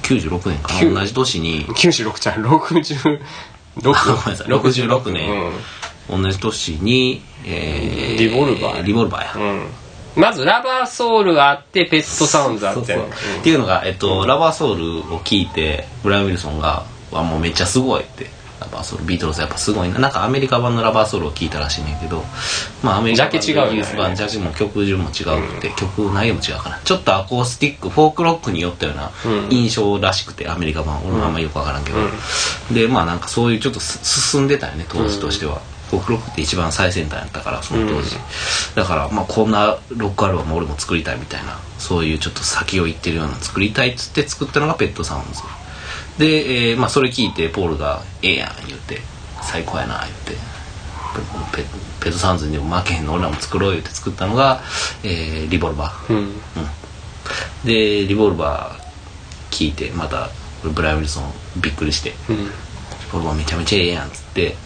S1: ー、96年か
S2: きゅ
S1: な同じ年に
S2: 96ちゃん、66。
S1: ごめんなさい66
S2: うん
S1: 年、同じ年に、えー
S2: リボルバー
S1: リボルバーや、
S2: うん。まず、ラバーソウルがあって、ペットサウンズあ
S1: そう
S2: っ
S1: そ
S2: て
S1: う。っていうのが、えっと、ラバーソウルを聞いてブライアン・ウィルソンが「わもうめっちゃすごい」ってラバーソウルビートルズやっぱすごいななんかアメリカ版のラバーソウルを聞いたらしいねんけどまあアメリカ版
S2: ジャケ違うよね
S1: イギリス版ジャケも曲順も違うって、曲内容も違うかなちょっとアコースティックフォークロックによったような
S2: うん
S1: 印象らしくて、アメリカ版俺もあんまよくわからんけど、でまあなんかそういうちょっとす進んでたよね当時としては、フォークロックって一番最先端やったからその当時、だからまあこんなロックアルバム俺も作りたいみたいなそういうちょっと先を行ってるようなの作りたいっつって作ったのがペットサウンズで、えーまあ、それ聞いてポールが「ええやん」言って「最高やな」言ってペペットサウンズにも負けへんの俺らも作ろう言って作ったのが、えーリボルバー
S2: うん。
S1: でリボルバー聞いてまたブライアン・ウィルソンびっくりして
S2: うん。
S1: 「俺もめちゃめちゃええやん」っつって、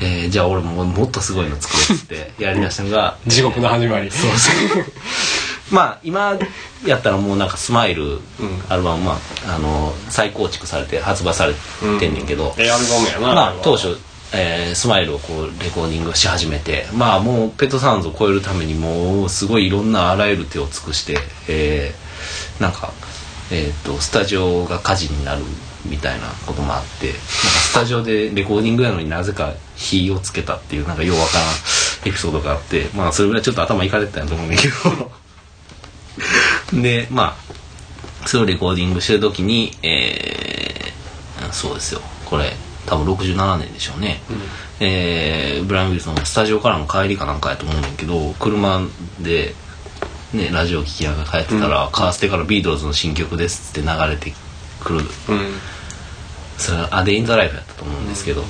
S1: えーじゃあ俺ももっとすごいの作ろう」っつ ってやりだしたのが
S2: 地獄の始まり。そう
S1: まあ今やったらもうなんか「スマイル
S2: ん
S1: アルバム、まあ、あの再構築されて発売されてんねんけど、
S2: ええアルバムやな。
S1: ま
S2: あ
S1: あ
S2: れは
S1: 当初、えースマイルをこうレコーディングし始めてまあもうペットサウンズを超えるためにもうすごいいろんなあらゆる手を尽くして、えーなんか、えー、とスタジオが火事になるみたいなこともあってなんかスタジオでレコーディングやのになぜか火をつけたっていうなんかようわからんエピソードがあってまあそれぐらいちょっと頭いかれてたんやと思うんだけど でまあそれをレコーディングしてる時にえーそうですよこれ多分67年でしょうね、えーブライアン・ウィルソンがスタジオからの帰りかなんかやと思うねんだけど車で、ね、ラジオ聴きながら帰ってたら、カーステからビートルズの新曲ですって流れてくる
S2: うん。
S1: それはアデイン・ザ・ライフやったと思うんですけど、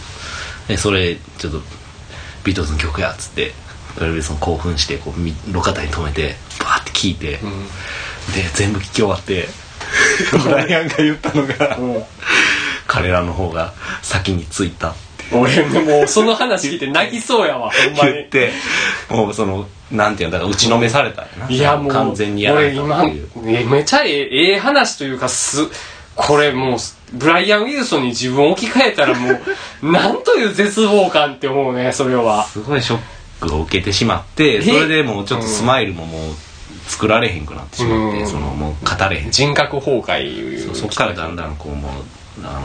S1: でそれちょっとビートルズの曲やっつってブライアン・ウィルソン興奮してこうみ路肩に止めてバーって聴いて、で全部聴き終わ ってブライアンが言ったのが、彼らの方が先に着いたっていう
S2: 俺もうその話聞いて泣きそうやわほんま
S1: 言っ
S2: に
S1: てもうそのなんていうのだから打ちのめされたんやない
S2: やもう
S1: 完全にやられ
S2: 俺
S1: た
S2: 今
S1: っていう
S2: ねめちゃええええ話というかすこれもうブライアン・ウィルソンに自分を置き換えたらもうなんという絶望感って思うねそれは
S1: すごいショックを受けてしまってそれでもうちょっとスマイルももう作られへんくなってしまっ
S2: う
S1: て
S2: ん
S1: そのもう語れへん
S2: 人格崩壊いう
S1: そっからだんだんこうもうあ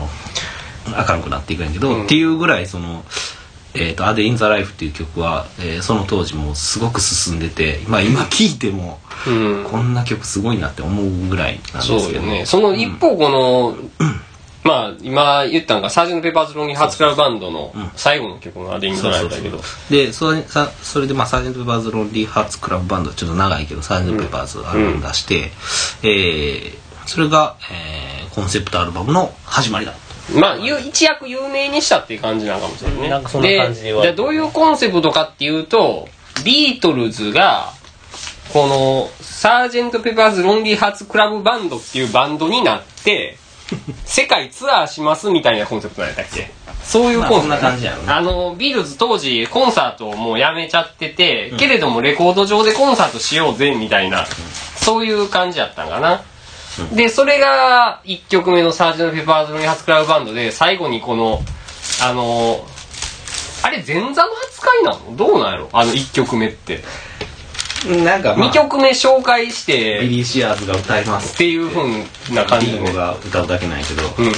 S1: のあかんくなっていくんやけど、
S2: うん
S1: っていうぐらいその「えー、とアデイン・ザ・ライフ」っていう曲は、えーその当時もうすごく進んでて、まあ、今聴いても
S2: うん
S1: こんな曲すごいなって思うぐらいなんですけ
S2: そ
S1: ど
S2: うよね。その一方、この、まあ、今言ったのが、サージェント・ペッパーズ・ロンギー・ハーツクラブバンドの最後の曲のアディングドライブだけど、
S1: でそれさそれで、まあ、サージェント・ペパーズ・ロンリー・ハーツ・クラブバンドちょっと長いけどサージェント・ペパーズアルバム出して、えーそれが、えーコンセプトアルバムの始まりだと
S2: まあ、ゆ一躍有名にしたっていう感じなのかもしれないね。
S3: なんかそんな感じは
S2: で、じゃあどういうコンセプトかっていうと、ビートルズが、この、サージェント・ペパーズ・ロンリー・ハーツ・クラブバンドっていうバンドにな って、世界ツアーしますみたいなコンセプトなんやったっけそういうコンセプト、
S1: まあそんな感じやろね
S2: あの、ビートルズ当時コンサートをもうやめちゃってて、けれどもレコード上でコンサートしようぜみたいな、そういう感じやったんかな。で、それが1曲目のサージェント・ペパーズ・ロンリー・ハーツ・クラブバンドで、最後にこの、あの、あれ前座の扱いなのどうなんやろあの1曲目って。
S1: なんか、
S2: 2曲目紹介して、
S1: ビリー・シアーズが歌います
S2: っていう風な感じ
S1: リ
S2: で
S1: ンゴ
S2: ね。
S1: が歌うだけなんやけど、
S2: うん。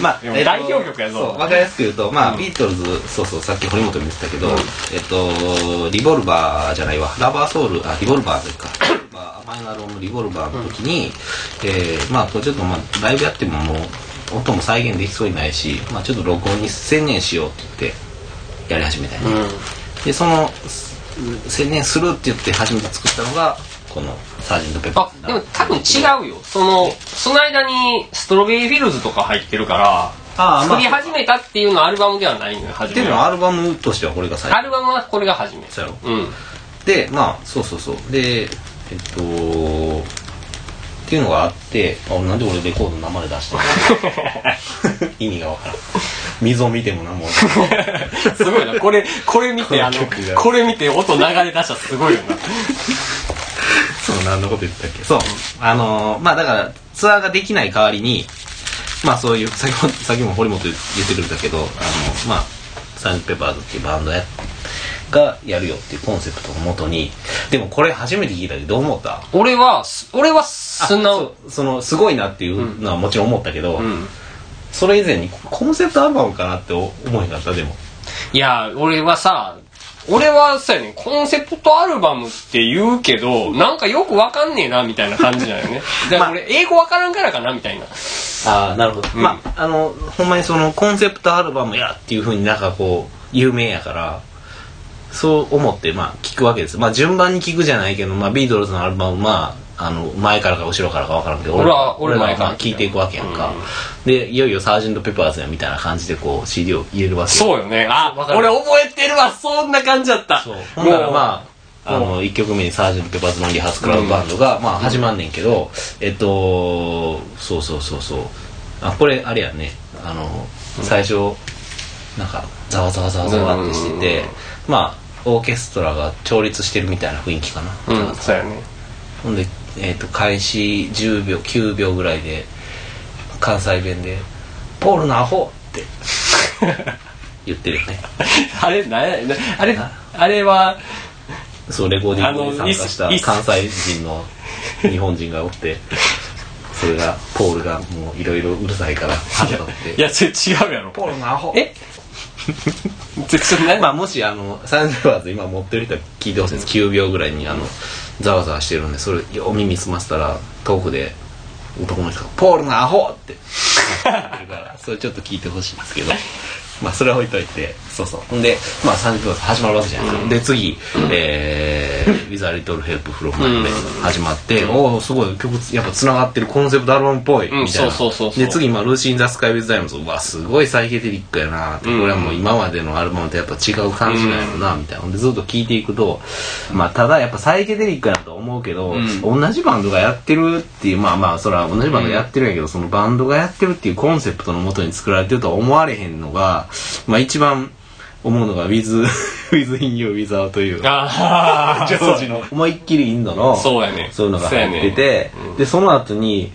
S1: まあ
S2: でも代表曲やぞ
S1: そう分かりやすく言うと、まあビートルズそうそうさっき堀本も言ってたけど、えっとリボルバーじゃないわラバーソウルあリボルバーというかまあマイナロンのリボルバーの時に、えーまあこうちょっと、まあ、ライブやってももう音も再現できそうにないし、まあ、ちょっと録音に専念しようって言ってやり始めたよね、でそのす専念するって言って初めて作ったのがこのサージェント・ペパ
S2: あ
S1: ー、
S2: でも多分違うよ。その、その間にストロベリーフィルズとか入ってるから、
S1: ああま
S2: 作
S1: あ
S2: り始めたっていうのはアルバムではないのよ、初
S1: で
S2: め
S1: も
S2: は。
S1: アルバムとしてはこれが最
S2: ア
S1: 初
S2: ルバムはこれが初め。
S1: そうやろ
S2: うん。
S1: でまあそうそうそうでえっとっていうのがあってあなんで俺レコード生で出したの 意味がわからん溝見ても何もわからん
S2: すごいな、これ、これ見て、あの
S1: この曲、が
S2: これ見て音流れ出したらすごいよ な。
S1: そう何のこと言ってたっけそうあのーまあだからツアーができない代わりにまあそういう先ほど先も堀本言ってくれたけどあのまあサンペッパーズっていうバンドやがやるよっていうコンセプトをもとにでもこれ初めて聞いた時どう思った
S2: 俺は、俺は
S1: あ
S2: 素直。
S1: そうそのすごいなっていうのはもちろん思ったけど、
S2: うん。
S1: それ以前にコンセプトアルバムかなって思いなかったでも
S2: いや、俺はさ、俺はさやねん、コンセプトアルバムって言うけど、なんかよくわかんねえな、みたいな感じだ よね。だから俺、英語わからんからかな、みたいな。
S1: ああなるほど、
S2: ん
S1: まああのほんまにそのコンセプトアルバムやっていうふうになんかこう有名やからそう思ってまあ聞くわけですまあ順番に聞くじゃないけど、まあ、ビートルズのアルバムまああの前からか後ろからか分からんけど
S2: 俺は俺
S1: ら
S2: 前から
S1: まあ聞いていくわけやんか、でいよいよサージェント・ペパーズやみたいな感じでこう CD を入れるわけよ
S2: そうよね。あ、
S1: かる
S2: 俺覚えてるわ、そんな感じだった。
S1: そうほんなら
S2: あ。
S1: まああの1曲目にサージェント・ペパーズのリハースクラブバンドが、まあ始まんねんけど、えっとそうそうそうそうあこれあれやねあの最初、なんかざわざわざわざわってしてて、
S2: うん
S1: まあオーケストラが調律してるみたいな雰囲気かな、
S2: うん、そうやね。
S1: ほんで、えっと開始10秒9秒ぐらいで関西弁で「ポールのアホ!」って 言ってるよね
S2: あれ、なや、なあれ、あれは、
S1: そうレコーディングに参加した
S2: あのいっ
S1: 関西人の日本人がおってそれがポールがもういろいろうるさいから腹立っ
S2: い
S1: て
S2: や、それ違うやろ。
S1: ポールのアホ
S2: え絶対ない。
S1: まあもしあのサンジャワーズ今持ってる人は聞いてほしいんです9秒ぐらいにあのざわざわしてるんでそれお耳澄ませたら遠くで男の人が「ポールのアホ!」って言ってる からそれちょっと聞いてほしいんですけどまあそれは置いといてそうそうほんでまあサンジャワーズ始まるわけじゃないですか、で次、えー「With a little help from my man」始まって、おおすごい曲やっぱつながってるコンセプトアルバムっぽいみたいな、
S2: うんそうそうそうそう
S1: で次、まあ「ルーシー・イン・ザ・スカイ・ウィズ・ダイムズ」うわすごいサイケデリックやなって、
S2: うん
S1: これはもう今までのアルバムとやっぱ違う感じなんやろな、みたいなほんでずっと聴いていくと、まあ、ただやっぱサイケデリックやなと思うけど、
S2: うん
S1: 同じバンドがやってるっていうまあまあそれは同じバンドがやってるんやけど、そのバンドがやってるっていうコンセプトのもとに作られてるとは思われへんのが、まあ、一番思うのが「With, with In You Without」という。
S2: ああ、
S1: ジョージの思いっきりインドの
S2: そうやね
S1: そういうのが入ってて、
S2: そうやねうん
S1: でその後に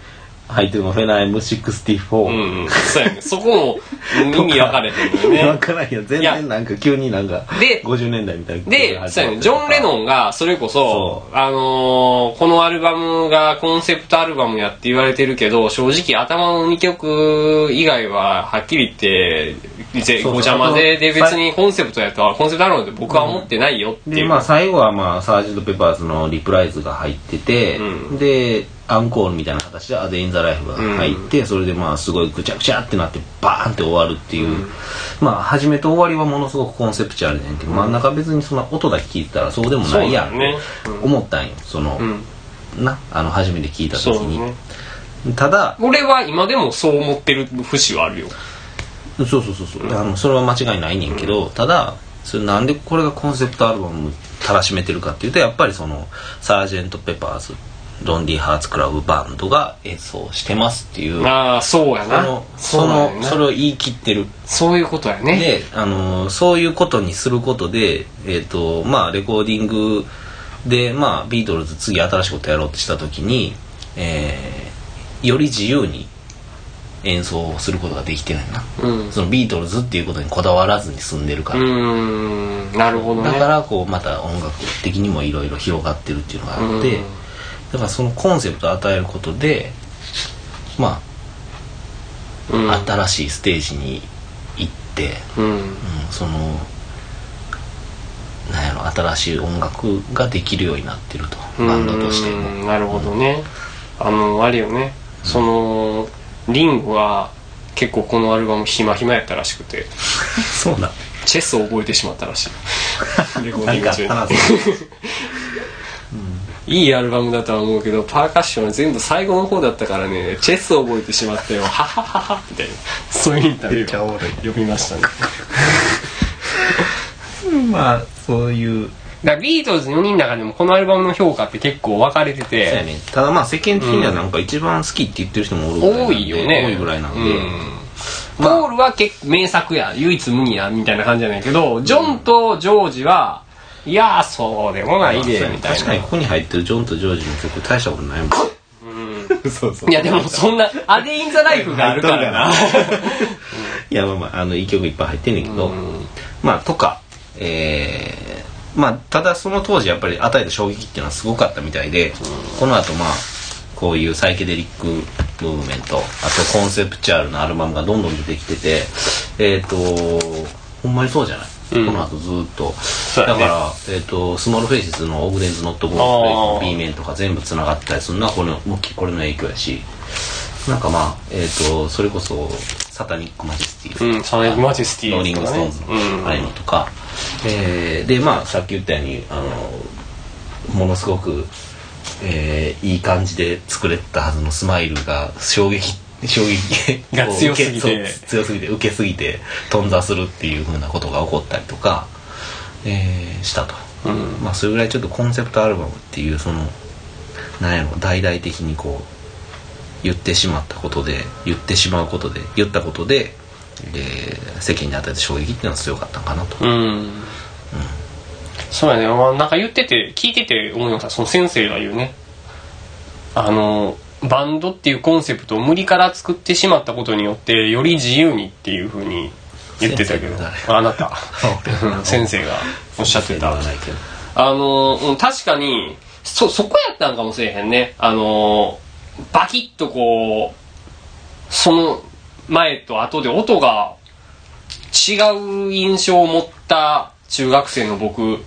S1: 入ってるのがフェナイム64、
S2: うんうん。そうやね。そこも意 味分かれてる よ
S1: わ
S2: ね。
S1: からんよ全
S2: いや
S1: 然なんか急になんか
S2: で
S1: 50年代みたいな
S2: で、そうやね。ジョン・レ
S1: ン
S2: ノンが、それこそ
S1: そ、
S2: あのーこのアルバムがコンセプトアルバムやって言われてるけど、正直頭の2曲以外は、はっきり言って、
S1: そ
S2: ぜ
S1: うそう
S2: ごちゃ混ぜで
S1: あと
S2: 別にコンセプトやとは、コンセプトアルバムで僕は思ってないよってい
S1: で
S2: う。
S1: まあ最後はまあサージェント・ペパーズのリプライズが入ってて、
S2: う
S1: でアンコールみたいな形で「アデイン・ザ・ライフ」が入って、それでまあすごいぐちゃぐちゃってなってバーンって終わるっていう、まあ初めと終わりはものすごくコンセプチュアルねんけど、真ん中別にそんな音だけ聞いてたらそうでもないやんっ
S2: そうだよ
S1: て
S2: ね
S1: 思ったんよその、
S2: うん。
S1: なあの初めて聞いた時
S2: そう
S1: に、
S2: ね。
S1: ただ
S2: 俺は今でもそう思ってる節はあるよ。
S1: そうそうそうそう、あのそれは間違いないねんけど、ただそれなんでこれがコンセプトアルバムたらしめてるかっていうとやっぱりそのサージェント・ペパーズロンリー・ハーツ・クラブバンドが演奏してますっていうあ
S2: ああ、そうやな。
S1: の
S2: そ
S1: そう
S2: なん
S1: の
S2: やな
S1: それを言い切ってる
S2: そういうことやね。
S1: で、あのそういうことにすることで、えっとまあ、レコーディングで、まあ、ビートルズ次新しいことやろうってした時に、えーより自由に演奏をすることができてないな、
S2: うん
S1: そのビートルズっていうことにこだわらずに済んでるか
S2: う
S1: ら、
S2: ーん、なるほどね。
S1: だからこうまた音楽的にもいろいろ広がってるっていうのがあって、
S2: うん
S1: だからそのコンセプトを与えることでま
S2: うん、
S1: あ新しいステージに行って、
S2: うん、
S1: うんそのなんやろ新しい音楽ができるようになってるとバンドとしても
S2: うんなるほどねあのあれよねそのリンゴは結構このアルバムひまひまやったらしくて
S1: そうだ
S2: チェスを覚えてしまったらし いレコーデ
S1: な
S2: ィ
S1: ん
S2: ング
S1: か
S2: 中に
S1: 話す
S2: いいアルバムだとは思うけどパーカッションは全部最後の方だったからねチェスを覚えてしまったよははははみたいなそういうインタビューを読みましたね
S1: まあそういう
S2: だからビートルズ4人の中でもこのアルバムの評価って結構分かれて
S1: そうや
S2: て
S1: ねただまあ世間的にはなんか一番好きって言ってる人もおるぐらいなん
S2: 多
S1: で
S2: いよね
S1: 多いぐらいなんで、
S2: うん
S1: まあ
S2: ポールは結名作や唯一無二やみたいな感じじゃないけどジョンとジョージは、いやーそうでもないでみた
S1: 確か
S2: い
S1: に
S2: な
S1: ここに入ってるジョンとジョージの曲大したことないもんそうそう
S2: いやでも そんな「アデイン・ザ・ライフ」があるか らない
S1: やまあまああのいい曲いっぱい入ってんねんけど、
S2: うん
S1: まあとかえー、まあただその当時やっぱり与えた衝撃っていうのはすごかったみたいで、この後まあこういうサイケデリックムーブメントあとコンセプチュアルのアルバムがどんどん出てきててえっ、ー、とほんまにそうじゃない、
S2: うん
S1: この後ずーっと
S2: うや
S1: だ
S2: ね
S1: から、えっとスモールフェイシスの「オグデンズ・ノット・ゴーンズ・
S2: あー
S1: の B 面とか全部つながったりするのはこれの大きいこれの影響やしなんかまあえっ、とそれこそサタニック・マジェスティ
S2: うんサタニックマジェスティ
S1: ローリング・ストーンズ
S2: うん
S1: のああいうのとか、えーでまあさっき言ったようにあのものすごく、えーいい感じで作れたはずのスマイルが衝撃衝撃
S2: が
S1: を
S2: 強すぎて
S1: 受けそう強すぎて受けすぎて頓挫するっていうふうなことが起こったりとか、えーしたと、まあそれぐらいちょっとコンセプトアルバムっていうそのなんやろ大々的にこう言ってしまったことで言ってしまうことで言ったことで、えー世間に与えた衝撃っていうのは強かったのかなと、
S2: うんそうやね、まあ、なんか言ってて聞いてて思いましたその先生が言うねあのバンドっていうコンセプトを無理から作ってしまったことによってより自由にっていうふうに言ってたけど
S1: 先生
S2: あなたうん先生がおっしゃって
S1: 言
S2: た
S1: わないけど
S2: あのうん確かにそそこやったんかもしれへんねあのバキッとこうその前と後で音が違う印象を持った中学生の僕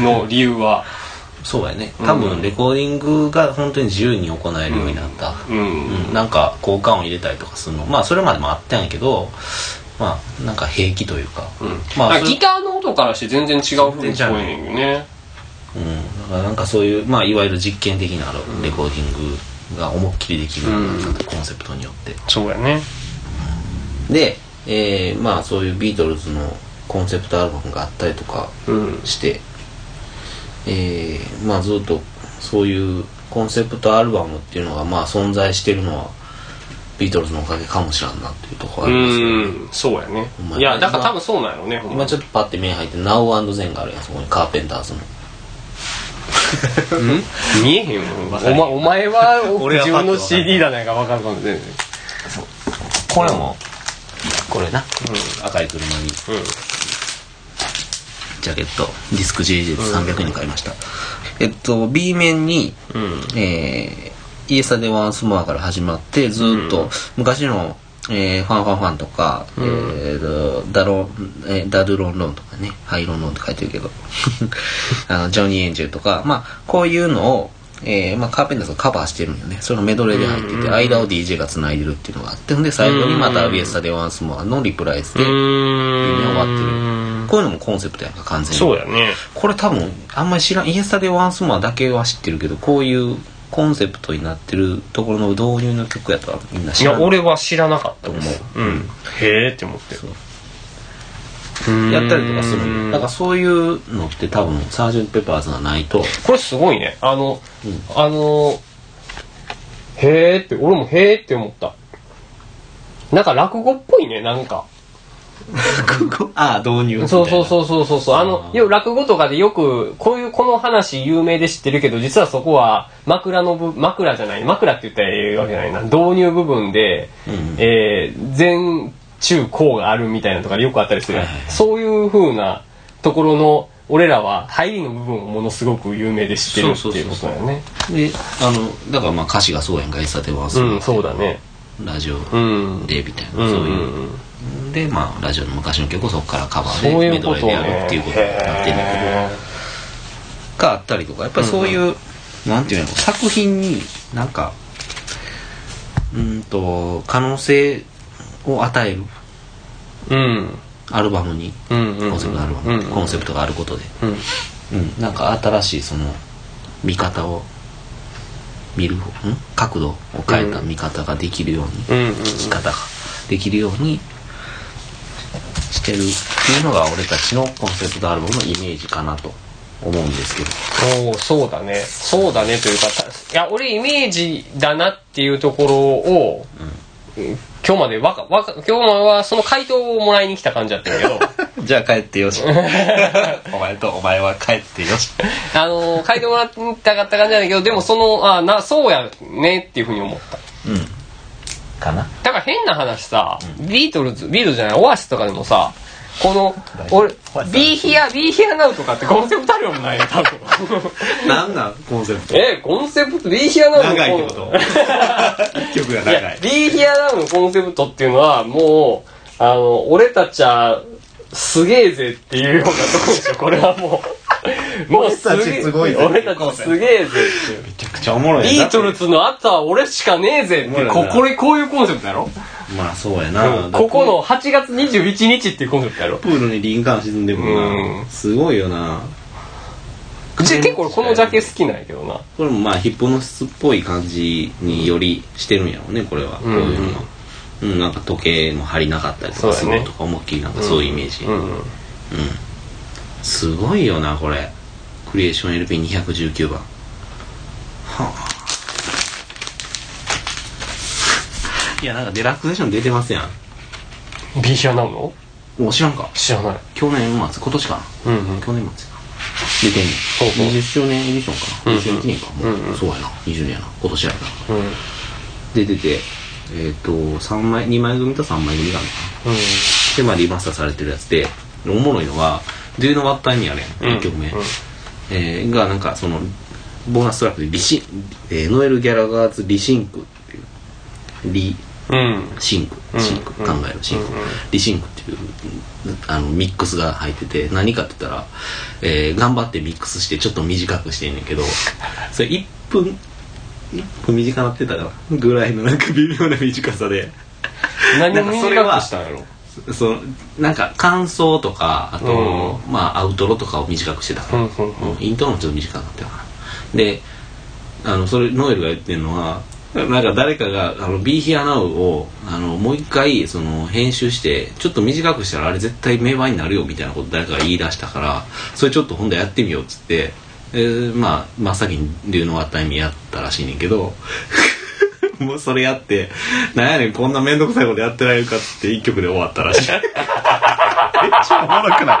S2: の理由は
S1: そうやね多分レコーディングが本当に自由に行えるようになった、
S2: うん、
S1: うんなんか交換を入れたりとかするのまあそれまでもあったんやけどまあなんか平気というか、
S2: うん
S1: ま
S2: なん
S1: あ
S2: か
S1: それ
S2: ギターの音からして全然違う風に聞こえへんよね
S1: うん、からなんかそういう、まあ、いわゆる実験的なレコーディングが思いっきりできるようになったコンセプトによって
S2: そうやね
S1: で、えーまあそういうビートルズのコンセプトアルバムがあったりとか
S2: うん
S1: して、えーまあずっとそういうコンセプトアルバムっていうのがまあ存在してるのはビートルズのおかげかもしらんなっていうところ
S2: う
S1: ありますけど
S2: んそうやね
S1: ほんまや
S2: いやだから多分そうなんやろうねほんま
S1: 今ちょっとパッて目入って Now&Zen があるやんそこにカーペンターズの
S2: 見えへんもんお,、ま、お前は
S1: 俺は
S2: 自
S1: パッとわかん
S2: 分の
S1: ない
S2: CD だなんか分かるかもしれない
S1: これもこれな、赤い車にジャケットディスク JJ で300円で買いました、えっと B 面に
S2: うんうん
S1: えー、イエスタデワンスモアから始まって、ずーっと昔の、えーファンファンファンとか、えーとダロン、えーダドゥロンロンとかね、ハイロンロンって書いてるけ ど、あの、ジョニー・エンジェルとか、まあ、こういうのを、えーまあ、カーペンターズがカバーしてるんよね。そのメドレーで入ってて、間を DJ が繋いでるっていうのがあって、ほんで最後にまた、イエスタデワンスモアのリプライズで、終わって
S2: うん
S1: こういうのもコンセプトやんか、完全に。
S2: そうやね
S1: これ多分あんまり知らんイエスタデワンスモアだけは知ってるけどこういうコンセプトになってるところの導入の曲やとはみんない知ら
S2: や
S1: ん
S2: 俺は知らなかったと
S1: 思
S2: う、うん、へえって思って
S1: そう
S2: うん
S1: やったりとかするんよだからそういうのって多分サージュント・ペパーズがないと
S2: これすごいねあの、
S1: うん
S2: あのへえって俺もへえって思ったなんか落語っぽいねなんか
S1: ああ導入みたいな
S2: そうそうそうそうそうそう。あの
S1: あ、ー
S2: 要は落語とかでよく、こういう、この話有名で知ってるけど、実はそこは枕の部、枕じゃない、枕って言ったらええわけじゃないな。導入部分で、
S1: うん
S2: えー、前、中、高があるみたいなとかでよくあったりするやん
S1: はいはいは。い
S2: そういう風なところの、俺らは入りの部分をものすごく有名で知ってるっていうことだよね。
S1: であのだからまあ歌詞がそうやんかイエスタデワンスモア、
S2: うん、そうだね。
S1: ラジオ
S2: うん。
S1: でみたい
S2: うん
S1: な、そういう
S2: うんうん
S1: でまあラジオの昔の曲をそこからカバ
S2: そ
S1: ー
S2: う
S1: で
S2: い
S1: メ
S2: う
S1: ド
S2: こ
S1: レ
S2: と
S1: ー
S2: を
S1: で
S2: ね
S1: やるっていうことになってんだけど
S2: へ
S1: があったりとかやっぱりそういう、なんていうの作品になんかうーんと可能性を与える
S2: ーうん。
S1: アルバムに
S2: うんうんうん。
S1: コンセプトアルバム、
S2: うん
S1: コンセプトがあることで、
S2: うん
S1: うん、なんか新しいその見方を見るん角度を変えた見方ができるように、
S2: うんうんうん
S1: 生き方ができるようにしてるっていうのが俺たちのコンセプトアルバムのイメージかなと思うんですけど
S2: おおそうだねそうだねというかたいや俺イメージだなっていうところを、今日までわかわか今日まではその回答をもらいに来た感じだったんやけど
S1: じゃあ帰って よし。お前とお前は帰ってよし。
S2: あのー回答もらったかった感じなんだけどでもそのあなそうやねっていうふうに思った
S1: うん。かな
S2: だから変な話さ、ビートルズビートルズじゃないオアシスとかでもさこの
S1: 大丈夫
S2: 俺
S1: オアシス
S2: ビーヒアビーヒアナウとかってコンセプトあるよもないよ多分
S1: なんなんコンセプト。
S2: えコンセプトビーヒアナウ
S1: 長いってこと一曲が
S2: いや
S1: 長い。
S2: Be Here Now のコンセプトっていうのは、もう、あの、俺たちは、すげえぜっていうようなとこで しょ、これはもう。もう
S1: 俺たちすごいぜ
S2: 俺たちすげえぜっていう。
S1: めちゃくちゃおもろいな
S2: ビートルズの後は俺しかねえぜっていう、
S1: おもろい
S2: こ
S1: な
S2: これこういうコンセプトやろ
S1: まあそうやな。
S2: ここ。の8月21日っていうコンセプトやろ
S1: プールに林間沈んでもん
S2: うん
S1: な。すごいよな。
S2: うち結構このジャケ好きなんやけどな。
S1: これもまあヒップノスっぽい感じによりしてるんやろうね、これは。こういうのは。うん、なんか時計も張りなかったりと
S2: そう
S1: か
S2: やね
S1: するとか思いっきりなんかそういうイメージ。
S2: うん。
S1: すごいよなこれクリエーション LP219 番はあいやなんかデラックスセッション出てますやん
S2: Be Here Now の
S1: もう知らんか
S2: 知らない。
S1: 去年末今年か
S2: う
S1: な、
S2: ん
S1: 去年末や出てんねん
S2: そうそう
S1: 20周年エディションかな、
S2: うん
S1: 2001年かもう、
S2: うんうん
S1: そうやな20年やな今年やな
S2: うん。うん。
S1: 出ててえっ、と3枚2枚組と3枚組があるのかな
S2: うん。
S1: で、まあ、リマスターされてるやつで、おもろいのは、Do You Know What Time やねん、
S2: うん
S1: 1曲目。
S2: うん
S1: えーが、なんか、その、ボーナストラックでリシン、えーノエル・ギャラガーズ・リシンクっていう、リ
S2: うん。
S1: シンク、シンク、
S2: うん
S1: 考えるシンク
S2: うん、
S1: リシンクっていう、あの、ミックスが入ってて、何かって言ったら、えー頑張ってミックスして、ちょっと短くしてんねんけど、それ1分、1分短なってたかなぐらいのなんか微妙な短さで、
S2: 何
S1: な
S2: を
S1: んかそれは
S2: 短くしたんやろ
S1: そのなんか感想とかあと、
S2: う
S1: まあアウトロとかを短くしてたから、
S2: うんうんうん
S1: うんイントロもちょっと短くなったかなであのそれノエルが言ってるのはなんか誰かが「あの Be Here Now を」あのもう一回その編集してちょっと短くしたらあれ絶対名盤になるよみたいなこと誰かが言い出したからそれちょっと今度やってみようっつって、えーまあ真っ先に龍のあった意味やったらしいねんけど もうそれやってなんやねんこんな面倒くさいことやってられるかっつって一曲で終わったらしい めっちゃおもろくない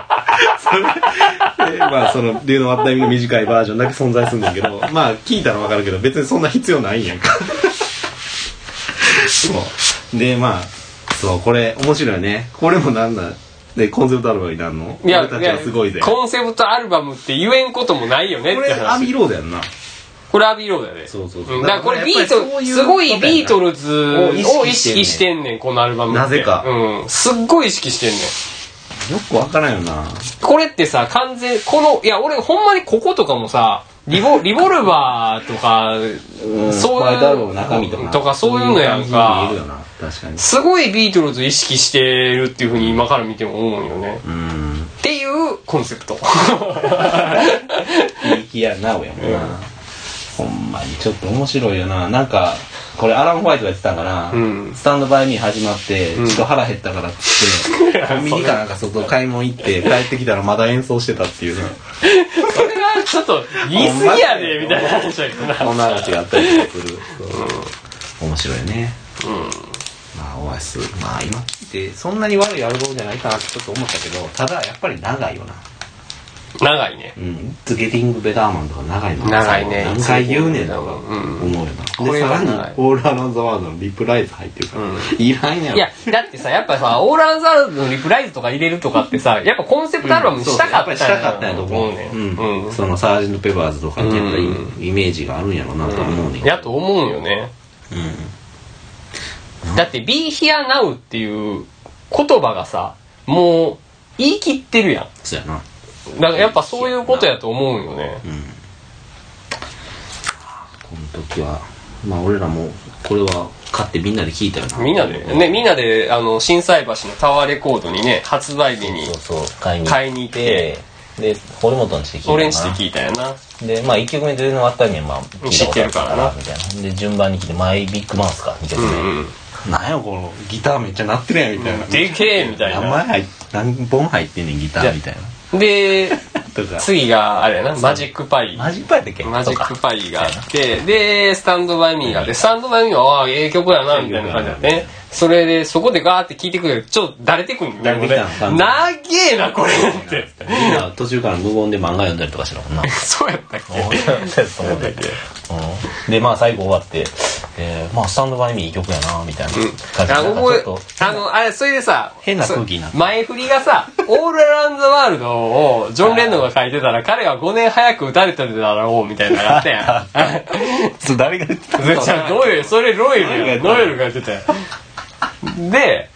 S1: それでまあその龍のあった意味の短いバージョンだけ存在するんだけどまあ聞いたらわかるけど別にそんな必要ないんやんかそうでまあそうこれ面白いねこれもなんなんでコンセプトアルバムになるの
S2: いや
S1: 俺たちはすごいぜ
S2: やコンセプトアルバムって言えんこともないよね
S1: こ
S2: って
S1: れア
S2: 話
S1: ビーローだよな
S2: これアビーローだよね
S1: そうそうそうん
S2: だからこれビー
S1: やっぱり
S2: ト
S1: そう
S2: ル
S1: いう
S2: すごいビートルズ
S1: ことやな
S2: を意識してんねんこのアルバムって
S1: なぜか
S2: うんすっごい意識してんねん
S1: よくわからんよな
S2: これってさ完全このいや俺ほんまにこことかもさ リボリボルバーとか
S1: うん
S2: そう
S1: ホ
S2: いう
S1: ワイトアルバムの中身とか
S2: とかそういうのやんか
S1: そういう感じに見えるよな確かに
S2: すごいビートルズ意識してるっていうふうに今から見ても思うよね
S1: うん
S2: っていうコン セプト
S1: いきやなおやもんな、ほんまにちょっと面白いよななんかこれアラン・ホワイトが言ってたから、
S2: うん
S1: スタンドバイミー始まって、
S2: ん
S1: ちょっと腹減ったからっつってコンビニかなんか外買い物行って帰ってきたらまだ演奏してたっていうな
S2: それはちょっと言い過ぎやでみたいな話だけどな
S1: そんな話があったりとかするそう面白いねまあオアシスまあ今ってそんなに悪いアルバムじゃないかなってちょっと思ったけどただやっぱり長いよな
S2: 長いね
S1: うん「ズゲティング・ベターマン」とか長いの
S2: 長いね
S1: 何回言うねんとか
S2: うん
S1: 思うよな、
S2: こ
S1: で
S2: れ
S1: さ
S2: は
S1: らに
S2: 長い
S1: 「オール・アラウンド・ザ・ワールド」のリプライズ入ってるから、
S2: うん
S1: いらんやろ
S2: いやだってさやっぱさオーランザーズのリプライズとか入れるとかってさやっぱコンセプトアルバムにしたかったん
S1: そうそうやっぱりしたかったんやと思う
S2: ね
S1: うん
S2: うん
S1: そのサージェント・ペパーズとかにやっぱり
S2: う
S1: イメージがあるんやろうなと思うねん
S2: やと思うよね
S1: うん
S2: だって「Be Here Now」っていう言葉がさもう言い切ってるやん
S1: そうやな
S2: だからやっぱそういうことやと思うよね
S1: この時はまあ俺らもこれは買ってみんなで聞いたよな
S2: みんなでねみんなであの心斎橋のタワーレコードにね発売日に
S1: そうそう買いに
S2: 買いに行って
S1: で堀本の家で聞いたかな
S2: 俺んちで聞いたよな
S1: でまあ1曲目全然終わったにはまあ聞いたことあ
S2: 知
S1: みたいなで順番に来て「マイビッグマウス」か2曲
S2: う
S1: 目、
S2: んうん
S1: なんやこのギターめっちゃ鳴ってるやんみたいな、
S2: でけえみたい
S1: 名
S2: な
S1: 前入っ何本入ってんねんギタ
S2: じゃ
S1: ー
S2: あ
S1: みたいな
S2: で
S1: とか
S2: 次があれやなマジックパイ
S1: マジックパイだっけ
S2: マジッ
S1: そう
S2: ク
S1: か
S2: パイがあって、で、スタンドバイミーがあって、スタンドバイミーは、ああ、ええ曲やな、みたいな感じだ
S1: ええ
S2: ね
S1: 曲。
S2: それで、そこでガーって聞いてくるちょっと、だれてくるんだよ、
S1: 慣れ
S2: こ
S1: てき
S2: れ。
S1: た
S2: 長
S1: の
S2: えな、これって。
S1: みんな途中から無言で漫画読んだりとかしてた もんな
S2: そうやったっけ
S1: そうだっけうんでまあ最後終わって、えーまあスタンドバイミーいい曲やなみたいな感
S2: あ
S1: じで、なんかちょっと
S2: 覚えあの、あれ、それでさ、
S1: 変な空気になった
S2: そ前振りがさ、オールアラウンドワールドをジョン・レンノンが書いてたら、彼は5年早く打たれてただろう、みたいなのがあったや ん。
S1: それ誰が言ってた
S2: めっちゃロエルそれロエルやんロ
S1: ロ
S2: エルがやってたよで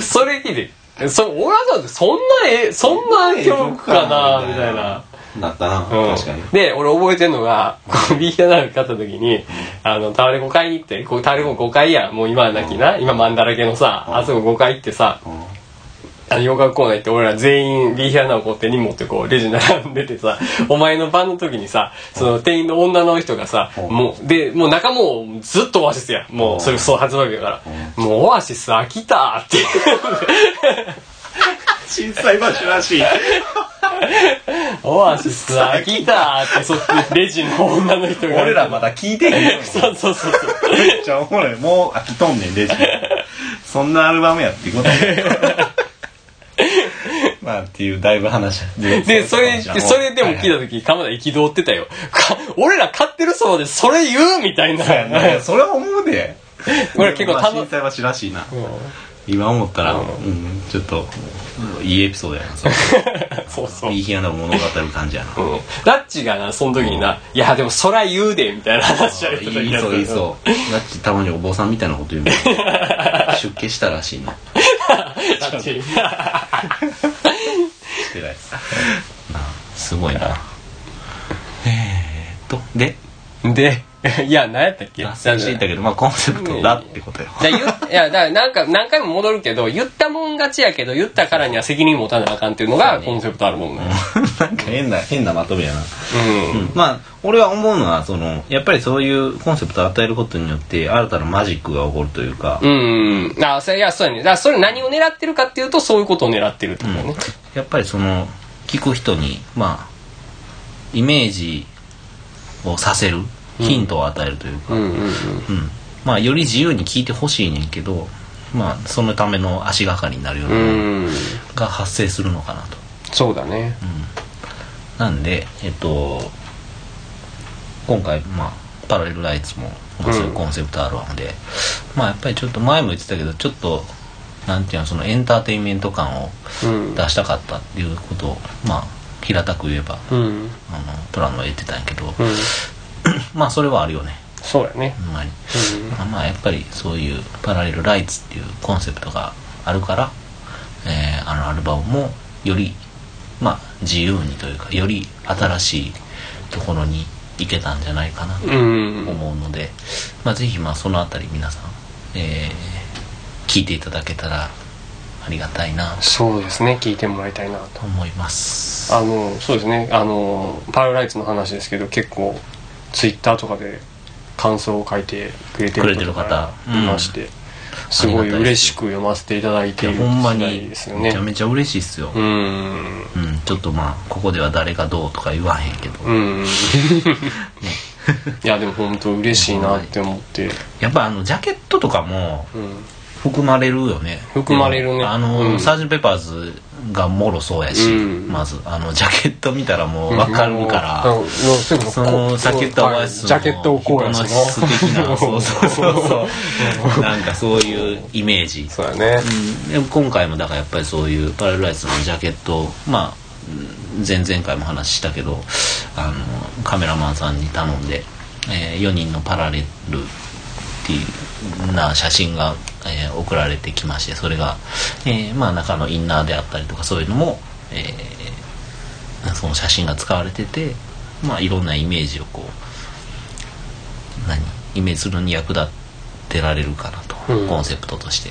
S2: それ聞いてそ俺はだってそんなえそんな曲かなみたいな
S1: なったな、
S2: うん
S1: 確かに
S2: で俺覚えてんのがこのビーナーが買った時にあのタワレコ買いに行ってこうタワレコ5回やんもう今はなきな、今マンダラけのさ、あそこ5回行ってさ、あの洋楽コーナー行って俺ら全員ビーヒアナをこう手に持ってこうレジ並んでて さお前の番の時にさその店員の女の人がさ
S1: うん
S2: もうでもう中もうずっとオアシスやん
S1: う
S2: も
S1: ん
S2: うそれそう発売日やからもうオアシス飽きたって
S1: 震災場所ら しい
S2: オアシス飽きたってそレジの女の人が
S1: 俺らまだ聞いてへんよ
S2: そうそうそうそう
S1: めっちゃおもろいもう飽きとんねんレジそんなアルバムやってこと まあっていうだいぶ話
S2: で、それ、それでも聞いた時、鎌田憤ってたよ。か俺ら買ってるそうで、それ言うみたいな。
S1: はいはいいやそれは思うで
S2: 俺結構
S1: まあ
S2: たの
S1: 震災橋らしいな
S2: うん
S1: 今思ったら、う
S2: うんん
S1: ちょっといいエピソードやなそれ
S2: そうそう。
S1: いい日やな物語る感じやな
S2: うんラッチがな、その時にな、いや、でもそら言うで、みたいな話されてた
S1: いいそういいそうだってたまにお坊さんみたいなこと言う の出家したらしいな
S2: う。ラッチ。
S1: してないですすごいなえーっとで
S2: で、いや、何やったっけ
S1: 脱線していったけど、まあコンセプトだってことよ。
S2: じゃあ言っいや、だからなんか、何回も戻るけど、言ったもん勝ちやけど、言ったからには責任持たなあかんっていうのがコンセプトあるもんね。
S1: なんか変な、変なまとめやな。
S2: うん。
S1: まあ、俺は思うのは、その、やっぱりそういうコンセプトを与えることによって、新たなマジックが起こるというか、
S2: うんうん。あ、それ、いや、そうやね。だから、それ何を狙ってるかっていうと、そういうことを狙ってるってことだよね。
S1: やっぱりその、聞く人に、まあ、イメージをさせる、ヒントを与えるというか、
S2: うんうんうん。
S1: うんまあ、より自由に聞いてほしいねんけど、まあ、そのための足がかりになるようなもの
S2: うん。
S1: が発生するのかなと。
S2: そうだね。
S1: なんで、えっと、今回、まあ、パラレルライツも、まあ、そういうコンセプトあるわので、まあ、やっぱりちょっと前も言ってたけど、ちょっと、なんていうの、そのエンターテインメント感を
S2: うん。
S1: 出したかったっていうことを、まあ、平たく言えば、
S2: うん。
S1: あの、プランは言ってたんやけど、
S2: うん。
S1: まあ、それはあるよね、
S2: そうやね。
S1: ほんまに。
S2: うん。
S1: まあまあ、やっぱりそういうパラレルライツっていうコンセプトがあるから、えーあのアルバムもより、まあ、自由にというか、より新しいところに行けたんじゃないかなと
S2: うん。
S1: 思うので、まあ、ぜひまあそのあたり皆さん、えー聞いていただけたらありがたいな
S2: そうですね。聞いてもらいたいなと
S1: と。思います。
S2: あの、そうですね。あの、パラライツの話ですけど、結構、ツイッターとかで感想を書いてくれて
S1: く
S2: る
S1: れてる方
S2: がいまして、すごい嬉しく読ませていただい
S1: い
S2: てい
S1: や、
S2: る
S1: ほんま
S2: 次第
S1: に
S2: ですよ
S1: めちゃ
S2: ね。
S1: めちゃ嬉しいっすよ
S2: う。ん。
S1: うん、ちょっとまあ、ここでは誰がどうとか言わへんけど、
S2: うん。 いや、でも本当嬉しいなって思って。
S1: やっぱあの、ジャケットとかも、
S2: うん。
S1: 含まれるよね
S2: 含まれるね
S1: あの、
S2: うん
S1: サージュンペパーズがもろそうやし、
S2: うん
S1: まずあのジャケット見たらもう分かるから、
S2: うんうんそう
S1: そのさっき言ったオアシスの
S2: ジャケットをこうや
S1: ヒ
S2: し
S1: プ
S2: な
S1: ノシス的なそうそうそう そうなんかそういうイメージ、
S2: そうやね。
S1: うん、でも今回もだからやっぱりそういうパラレルライツのジャケットまあうん前々回も話したけどあのカメラマンさんに頼んで、え4人のパラレルっていうな写真が、えー送られてきましてそれが、えーまあ、中のインナーであったりとかそういうのも、えーその写真が使われてて、まあ、いろんなイメージをこう何イメージするのに役立てられるかなと、
S2: うん
S1: コンセプトとして、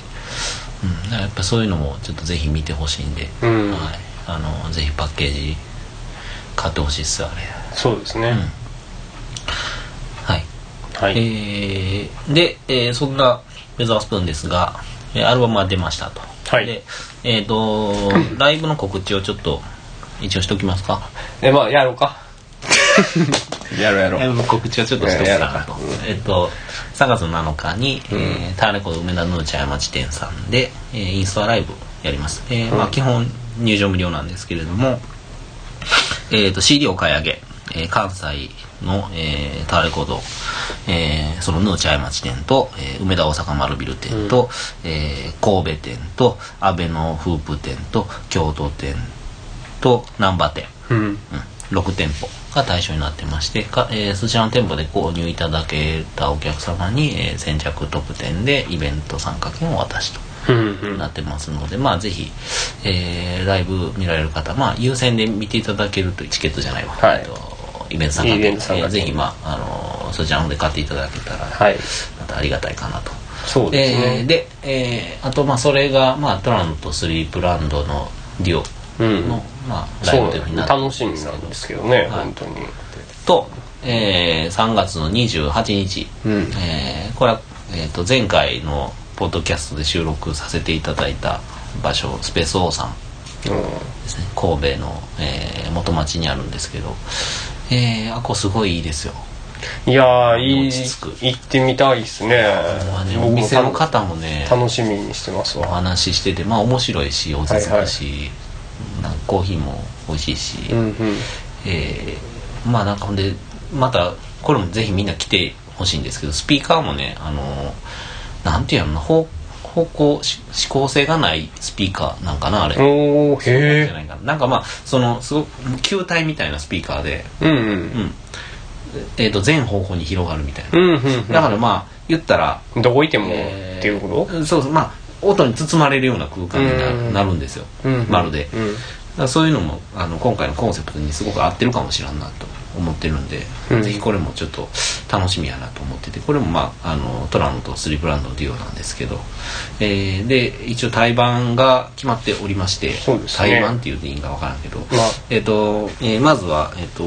S1: うん、だからやっぱそういうのもちょっとぜひ見てほしいんで、
S2: うん
S1: はい、あのぜひパッケージ買ってほしいっすあれ
S2: そうですね。
S1: はい
S2: はい。
S1: えーで、えーそんなウェザースプーンですが、えーアルバムは出ましたと。
S2: はい
S1: で、えっ、と、ライブの告知をちょっと、一応しておきますか。
S2: え、まあ、やろうか。やろうやろ
S1: ライ。ブの告知をちょっとしておくかなと
S2: い。
S1: えっ、と、3月の7日に、えー、ターレコ梅田の茶屋町店さんで、えーインストアライブやります。えーまあ、基本入場無料なんですけれども、えー、と CD を買い上げ、えー関西の、えー、タワーレコード、えーそのヌーチャイ町店と、えー梅田大阪丸ビル店と、えー神戸店と阿部のフープ店と京都店と難波店、
S2: うん。
S1: うん、6店舗が対象になってましてか、えーそちらの店舗で購入いただけたお客様に、えー先着特典でイベント参加券を渡しと。
S2: うんうん。
S1: なってますので、まあぜひ、えーライブ見られる方、まあ優先で見ていただけると、チケットじゃないわ。
S2: はい
S1: えっとイベント参加
S2: イベント参加
S1: えーぜひ、まあ、あのーそちらの方で買っていただけたら、
S2: はい。
S1: またありがたいかなと。
S2: そうです
S1: えー
S2: ね。
S1: で、えーあと、まあそれが、まあトランとスリープランドのデュ
S2: う
S1: オの、
S2: ん。
S1: まあライ
S2: そ
S1: ブ
S2: う
S1: というふうになって
S2: 楽しみなんですけどね、本当に。
S1: と、えー3月の28日、
S2: うん
S1: えーこれは、えー、と前回のポッドキャストで収録させていただいた場所スペースオーさん
S2: う
S1: ですね神戸の、えー元町にあるんですけど、えー、あこすごいいいですよ
S2: んいやー、いい、
S1: 落ち着く
S2: 行ってみたいですね
S1: まあね。
S2: 僕
S1: お
S2: も
S1: 店の方もね
S2: 楽しみにしてます
S1: お
S2: わ。
S1: 話ししててまあ面白いし落ち着くし、なんかコーヒーも美味しいし、
S2: うんうん。
S1: えーまあなんかほんでまたこれもぜひみんな来てほしいんですけどスピーカーもねあのーなんていうのかな方方向し指向性がないスピーカーなんかなあれ、
S2: おー、
S1: じ
S2: へ
S1: ゃないかななんかまあそのすごく球体みたいなスピーカーで、
S2: ー。うん
S1: うんえー、と全方向に広がるみたい
S2: う
S1: な、
S2: ん。うんうん
S1: だからまあ言ったら、
S2: うん。どこいても、
S1: えー
S2: っていうこ
S1: そうそうまあ音に包まれるような空間にな
S2: うん
S1: なるんですよ、
S2: とうん。
S1: まるで、
S2: う
S1: だ
S2: ん。
S1: からそういうのもあの今回のコンセプトにすごく合ってるかもしれんなと思ってるんで、
S2: うん
S1: ぜひこれもちょっと、楽しみやなと思っててこれも、まあ、あのトラノとスリーブランドのデュオなんですけど、えーで一応対バンが決まっておりまして
S2: そうですね
S1: 対バンっていうでいいんか分からんけど、
S2: まあ
S1: えっとえーまずは、えっと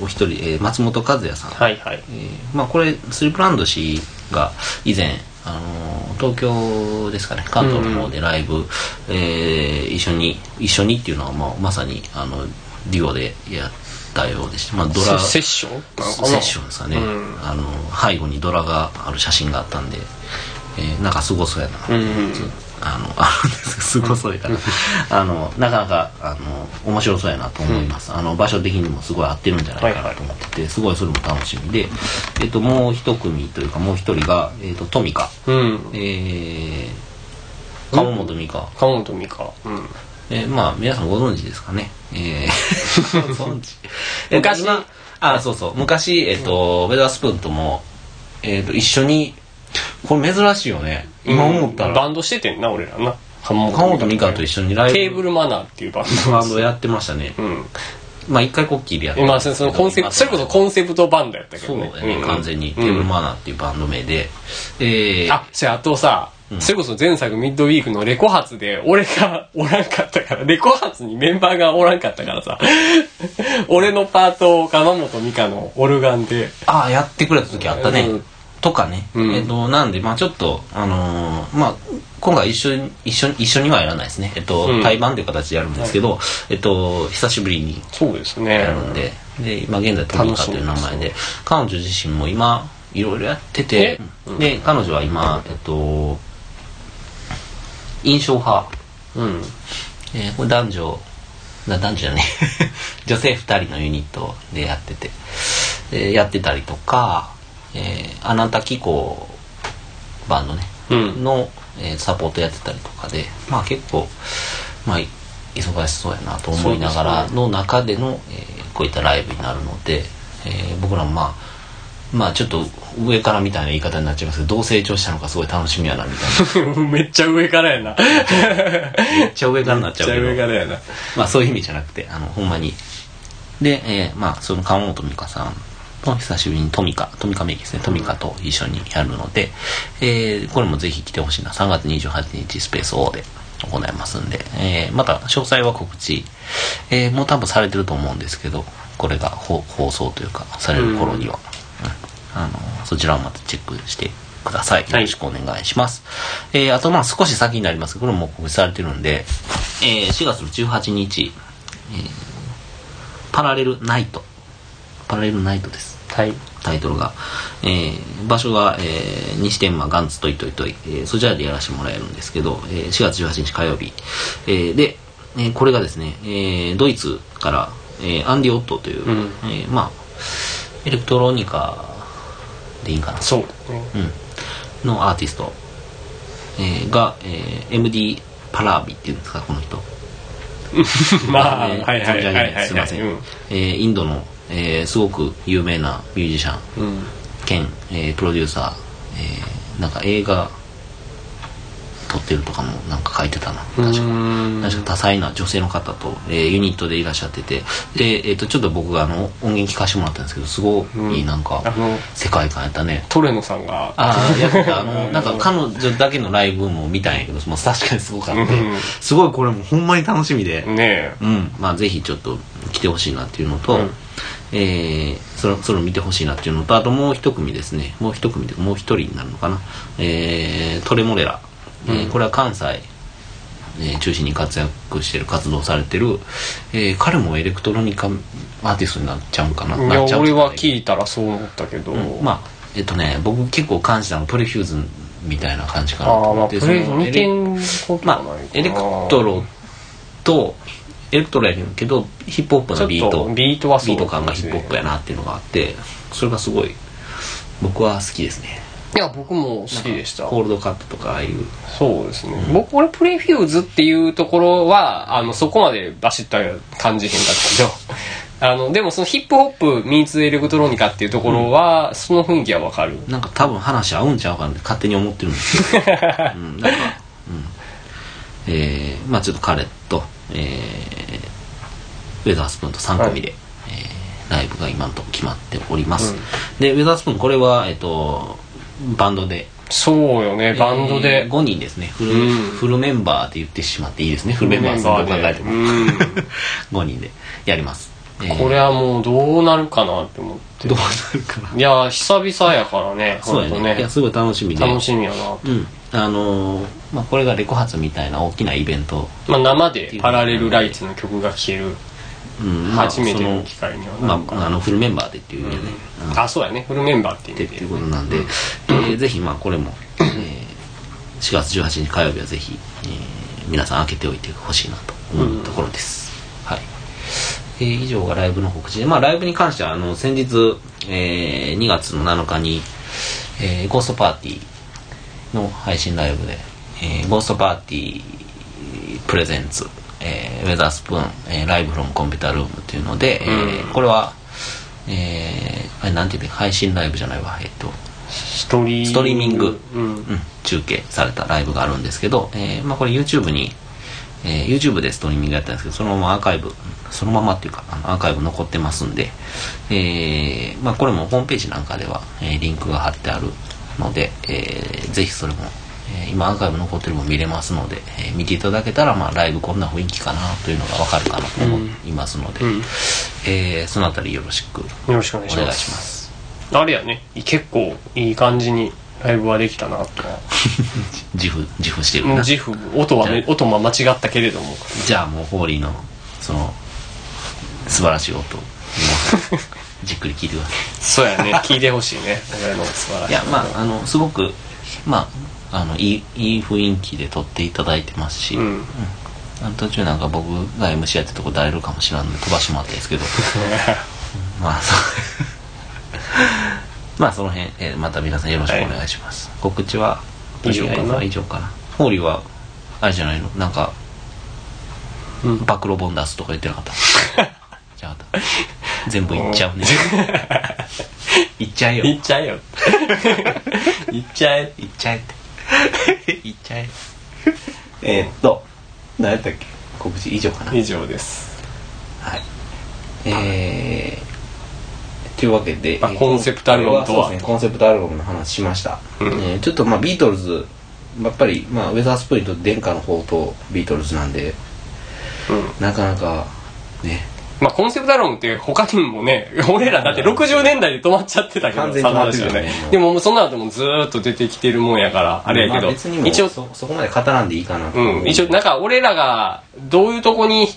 S1: お一人、えー松本和也さん、
S2: はいはい
S1: えーまあ、これスリープランド氏が以前、あのー東京ですかね関東の方でライブ、えー一緒に一緒にっていうのは、まあ、まさにあのデュオでやったようでして、まあ、ドラ
S2: セッションなのかな
S1: セッションですかね、
S2: うん
S1: あの背後にドラがある写真があったんで、えーなんかすごそうやな、
S2: うんうん
S1: あのあるんですけどすごそうやからあのなかなかあの面白そうやなと思います、あの場所的にもすごい合ってるんじゃないかなと思ってて、すごいそれも楽しみで、えっともう一組というかもう一人が、えっとトミカ
S2: うん
S1: えー、鴨本美香
S2: 河本美香うん
S1: えーまあ皆さんご存知ですかねえ ーご存知えっと
S2: 昔
S1: 今あそうそう昔えっと、ウェザースプーンともえっと一緒にこれ珍しいよね今思ったら、
S2: バンドしててんな俺らな河
S1: 河本美香と一緒にライブ
S2: テーブルマナーっていうバン
S1: バンドやってましたね
S2: ドうん
S1: まあ一回こっきりやって
S2: まあそそのコンセプトそれこそコンセプトバンドやったけ
S1: そ
S2: ど
S1: う
S2: ね
S1: だよね、
S2: うん
S1: 完全に、テ
S2: う
S1: ーブル
S2: ん
S1: マナーっていうバンド名でえー、
S2: あそれあとさそれこそ前作ミッドウィークのレコ発で俺がおらんかったからレコ発にメンバーがおらんかったからさ 俺のパートを河本美香のオルガンで
S1: ああやってくれた時あったね、
S2: うん
S1: とかね、
S2: うん
S1: えっとなんでまあちょっとあのーまあ今回一緒に一緒に一緒にはやらないですねえっと、
S2: うん
S1: 対バンという形でやるんですけど、えっと久しぶりに
S2: そうですね
S1: やるんで、で今現在トミカという名前で彼女自身も今いろいろやっててで彼女は今えっと印象派
S2: うん
S1: えーこれ男女な男女じゃねえ 女性2人のユニットでやってて、えーやってたりとか、えーあなた紀行バンドね、
S2: うん
S1: の、えーサポートやってたりとかでまあ結構まあい忙しそうやなと思いなが
S2: そう
S1: ら
S2: です
S1: の中での、えーこういったライブになるので、えー僕らもまあまあちょっと上からみたいな言い方になっちゃいますけどどう成長したのかすごい楽しみやなみたいな
S2: めっちゃ上からやな。
S1: めっちゃ上からになっ
S2: めっ
S1: ちゃ
S2: ち
S1: うけ
S2: ゃ
S1: ど
S2: 上からやな。
S1: まあそういう意味じゃなくて、あの、ほんまに。で、えーまあその川本美香さんと久しぶりにトミカ、トミカ名義ですね、トミカと一緒にやるので、えーこれもぜひ来てほしいな。3月28日スペース O で行いますんで、えーまた詳細は告知、えーもう多分されてると思うんですけど、これが放放送というか、される頃には、うんあの、そちらをまたチェックしてください。よろしくお願いします。えーあとまあ少し先になりますけど、これもう告知されてるんで、えー4月の18日、えーパラレルナイト。パラレルナイトです。
S2: はい。
S1: タイトルが、えー場所が、えー西天満ガンツトイトイトイ、えーそちらでやらせてもらえるんですけど、えー4月18日火曜日、えーで、えーこれがですね、えードイツから、えーアンディ・オットーという、
S2: うん
S1: えーまあエレクトロニカでいいんかな
S2: そう。
S1: うん、のアーティスト、えーが、えー MD パラービっていうんですかこの人
S2: まあ、は
S1: え
S2: い
S1: ー
S2: はいはいは
S1: 存じ上げない
S2: い。
S1: すいません、
S2: うん。
S1: えーインドの、えーすごく有名なミュージシャン
S2: うん。
S1: 兼、えープロデューサー、えーなんか映画撮ってるとかもなんか書いてたな確か
S2: うん
S1: 確か多彩な女性の方と、えーユニットでいらっしゃっててで、えー、とちょっと僕があの音源聞かせてもらったんですけどすごいなんか
S2: あの、
S1: 世界観やったね、
S2: トレノさんが、
S1: ああやってたあ のなんか彼女だけのライブも見たんやけどもう確かにすごかった
S2: うん
S1: すごいこれもほんまに楽しみで
S2: ね
S1: うんまあぜひちょっと来てほしいなっていうのと、
S2: うん
S1: えーそれそれを見てほしいなっていうのとあともう一組ですねもう一組でもう一人になるのかなえートレモレラ、えーこれは関西えー中心に活躍してる活動されてる、えー彼もエレクトロニカアーティストになっちゃうんかな
S2: え。い
S1: な
S2: や
S1: っちゃう
S2: 俺は聞いたらそう思ったけど。
S1: うんまあえっとね僕結構感じたのプレフューズみたいな感じかなと
S2: ああ、ま
S1: 思っ
S2: あ、プ
S1: て
S2: レイ
S1: その
S2: 見
S1: エ
S2: て
S1: レ
S2: んこと
S1: ま
S2: は
S1: あ
S2: ないかな
S1: エレクトロとエレクトロやねんけどヒップホップのビー
S2: ちょっ
S1: ト
S2: とビートはそう
S1: ビート感がヒップホップやなっていうのがあってそれがすごい僕は好きですね
S2: いや、僕も好きでした。
S1: コールドカットとかああいう
S2: そうですね。僕、俺、プレフューズっていうところは、あの、そこまでバシッとは感じへんかったけど、あ の、でもそのヒップホップ、ミーツエレクトロニカっていうところは、その雰囲気はわかる。
S1: なんか多分話合うんちゃうかなって勝手に思ってるんです けど、うん、なんか、うん、えー、まあちょっと彼と、えー、ウェザースプーンと3組で、えーライブが今のとこ決まっております、
S2: うん
S1: でウェザースプーンこれは、えっと、バンドで
S2: そうよね、バン
S1: え
S2: ド
S1: ー
S2: で。
S1: 5人ですねフル,、
S2: うん
S1: フルメンバーって言ってしまっていいですねフルメンバーですどう考えても、
S2: うん
S1: 5人でやります、えー
S2: これはもうどうなるかなって思って
S1: どうなるかない
S2: やー久々やからね
S1: そうや
S2: ほ
S1: ね
S2: んとね
S1: いやすごい楽しみで
S2: 楽しみやな
S1: うんあのーまあ、これがレコ発みたいな大きなイベント、
S2: まあ、生でパラレルライツの曲が聴ける
S1: うんまあ、
S2: 初めて
S1: そ
S2: の
S1: の
S2: 機会には
S1: ま
S2: なるか
S1: あ、あ
S2: な
S1: のフルメンバーでっていうね、うん
S2: あそうやねフルメンバーってい
S1: っ
S2: う
S1: て
S2: 意味
S1: ってい
S2: で
S1: うことなんで、えーぜひまあこれも、えー4月18日火曜日はぜひ、えー皆さん開けておいてほしいなと思うところです、はい、えー以上がライブの告知で、まあ、ライブに関してはあの先日、えー2月の7日に、えーゴーストパーティーの配信ライブで、えーゴーストパーティープレゼンツ、えーウェザースプーン、えーライブフロムコンピュータールームというので、えー
S2: うん
S1: これはえー、あれなんていうの配信ライブじゃないわえっと、
S2: ストリ
S1: ストリーミング
S2: うん
S1: うん、中継されたライブがあるんですけど、えーまあ、これ YouTube に、えー YouTube でストリーミングやったんですけどそのままアーカイブそのままっていうかあのアーカイブ残ってますんで、えーまあ、これもホームページなんかでは、えーリンクが貼ってあるので、えーぜひそれも、えー今アーカイブ残ってるのも見れますので、えー見ていただけたら、まあ、ライブこんな雰囲気かなというのがわかるかなと思いますので、
S2: うん
S1: えーそのあたりよろしく
S2: よろしくお
S1: お
S2: 願いし
S1: 願い
S2: ま
S1: し
S2: す
S1: ます
S2: あれやね結構いい感じにライブはできたなとは
S1: 自負自負してる
S2: うん
S1: な
S2: 自負音はね音は間違ったけれども
S1: じゃあもうホーリーのその素晴らしい音を 皆さんじっくり聞いてくださ
S2: そうや ね聞いてほしいね俺の素晴
S1: い
S2: らし
S1: い
S2: い
S1: やまああのすごくまああのいいいい雰囲気で撮っていただいてますし、
S2: うん
S1: あの途中なんか僕が MC やってるとこだれるかもしれないので飛ばしてもらったんですけ どまあそう まあその辺、えーまた皆さんよろしくお願いします、告知は
S2: 以上かな
S1: 以上かなホーリーはあれじゃないのなんか
S2: うん
S1: 暴露本出すとか言ってなかった じゃあ全部言っち ゃうね言っちゃえよ
S2: いっちゃえ よいっちゃえ
S1: 言っちゃえって 言っちゃええーっと何やったっけ告知以上かな
S2: 以上です
S1: はい。えー、というわけで、
S2: まあ
S1: えー
S2: コンセプトアルバムとは
S1: これそうですね、コンセプトアルバムの話しました。
S2: うん
S1: えーちょっとまあビートルズ、やっぱり、まあ、ウェザースプリント殿下の方とビートルズなんで、
S2: うん
S1: なかなか、ね、
S2: まあコンセプトアルバムって他にもね、 俺らだって60年代で止まっちゃってたけど、
S1: 完全に止まってるよね
S2: その話はでももうその後もずーっと出てきてるもんやから、あれやけ
S1: ま
S2: ど、
S1: 別にも
S2: 一
S1: 一
S2: 応
S1: 応、そそこまで語らんでいいかなと思
S2: う、
S1: うん
S2: 一応なんか俺らがどういうとこに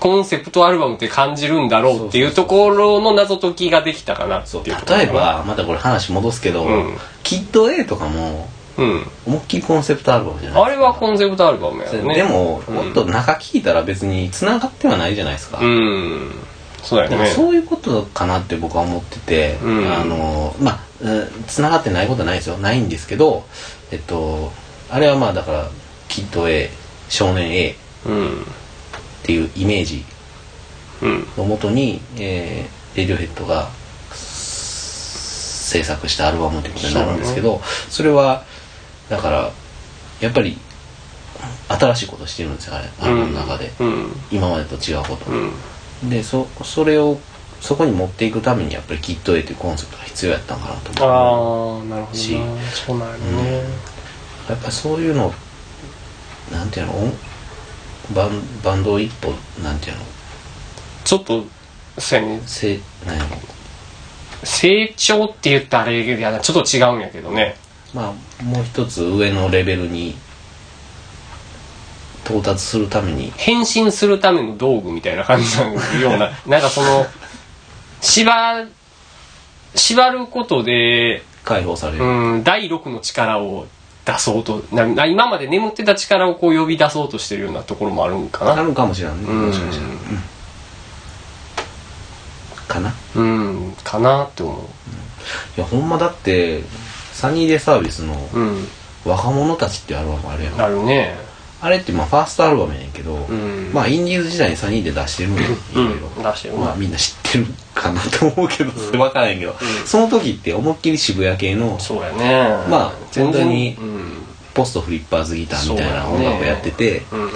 S2: コンセプトアルバムって感じるんだろうっていうところの謎解きができたかなってい
S1: そうう
S2: ところ
S1: 例え、ばまたこれ話戻すけど、
S2: うん
S1: キッド A とかも
S2: うん。
S1: 思いっきりコンセプトアルバムじゃない
S2: あれはコンセプトアルバムやよね。
S1: でも、
S2: うん
S1: もっと中聞いたら別に繋がってはないじゃないですか、
S2: うん。そうだ
S1: で
S2: よ
S1: も
S2: ね。
S1: そういうことかなって僕は思ってて、
S2: うん
S1: あのまあうん繋がってないことはないですよないんですけどえっとあれはまあだからキッド A 少年 A っ
S2: うん。
S1: ていうイメージ
S2: うん。
S1: のもとに、えーレディオヘッドが制作したアルバムということになるんですけどそ,、れはだからやっぱり新しいことしてるんですよあれアルバムの中で、
S2: うん。
S1: 今までと違うこと、
S2: うん。
S1: でそそれをそこに持っていくためにやっぱりキット A というコンセプトが必要やったんかなと
S2: あ
S1: 思う
S2: あ、なるほ
S1: し
S2: どな。そうなんやね。
S1: やっぱりそういうのなんていうの音バンバンドを一歩なんていうの
S2: ちょっと、そうやね。
S1: せなんやろ
S2: 成長って言ったらあれやなちょっと違うんやけどね
S1: まあもう一つ上のレベルに到達するために
S2: 変身するための道具みたいな感じのような なんかその縛縛ることで、
S1: 解放される、
S2: うん、第六の力を出そうとなな今まで眠ってた力をこう呼び出そうとしてるようなところもあるんか
S1: な
S2: な
S1: るかもしれないね
S2: うん
S1: もしかしたら、うんかない
S2: うんかなって思
S1: やほんまだってサニーデイサービスの
S2: ううん
S1: 「若者たち」っていうアルバムあるやん
S2: あるね
S1: あれってまあファーストアルバムやねんけど、
S2: うん
S1: まあインディーズ時代に3人で出してるのよ、
S2: う
S1: い
S2: ん
S1: ろいろ。
S2: 出してる
S1: まあ
S2: な
S1: みんな知ってるかなと思うけど、それ分からへんけど、
S2: ん
S1: その時って思いっきり渋谷系の
S2: そうやね
S1: まあ
S2: 全然
S1: 本当に
S2: うん
S1: ポストフリッパーズギターみたいな音楽をやってて、
S2: うん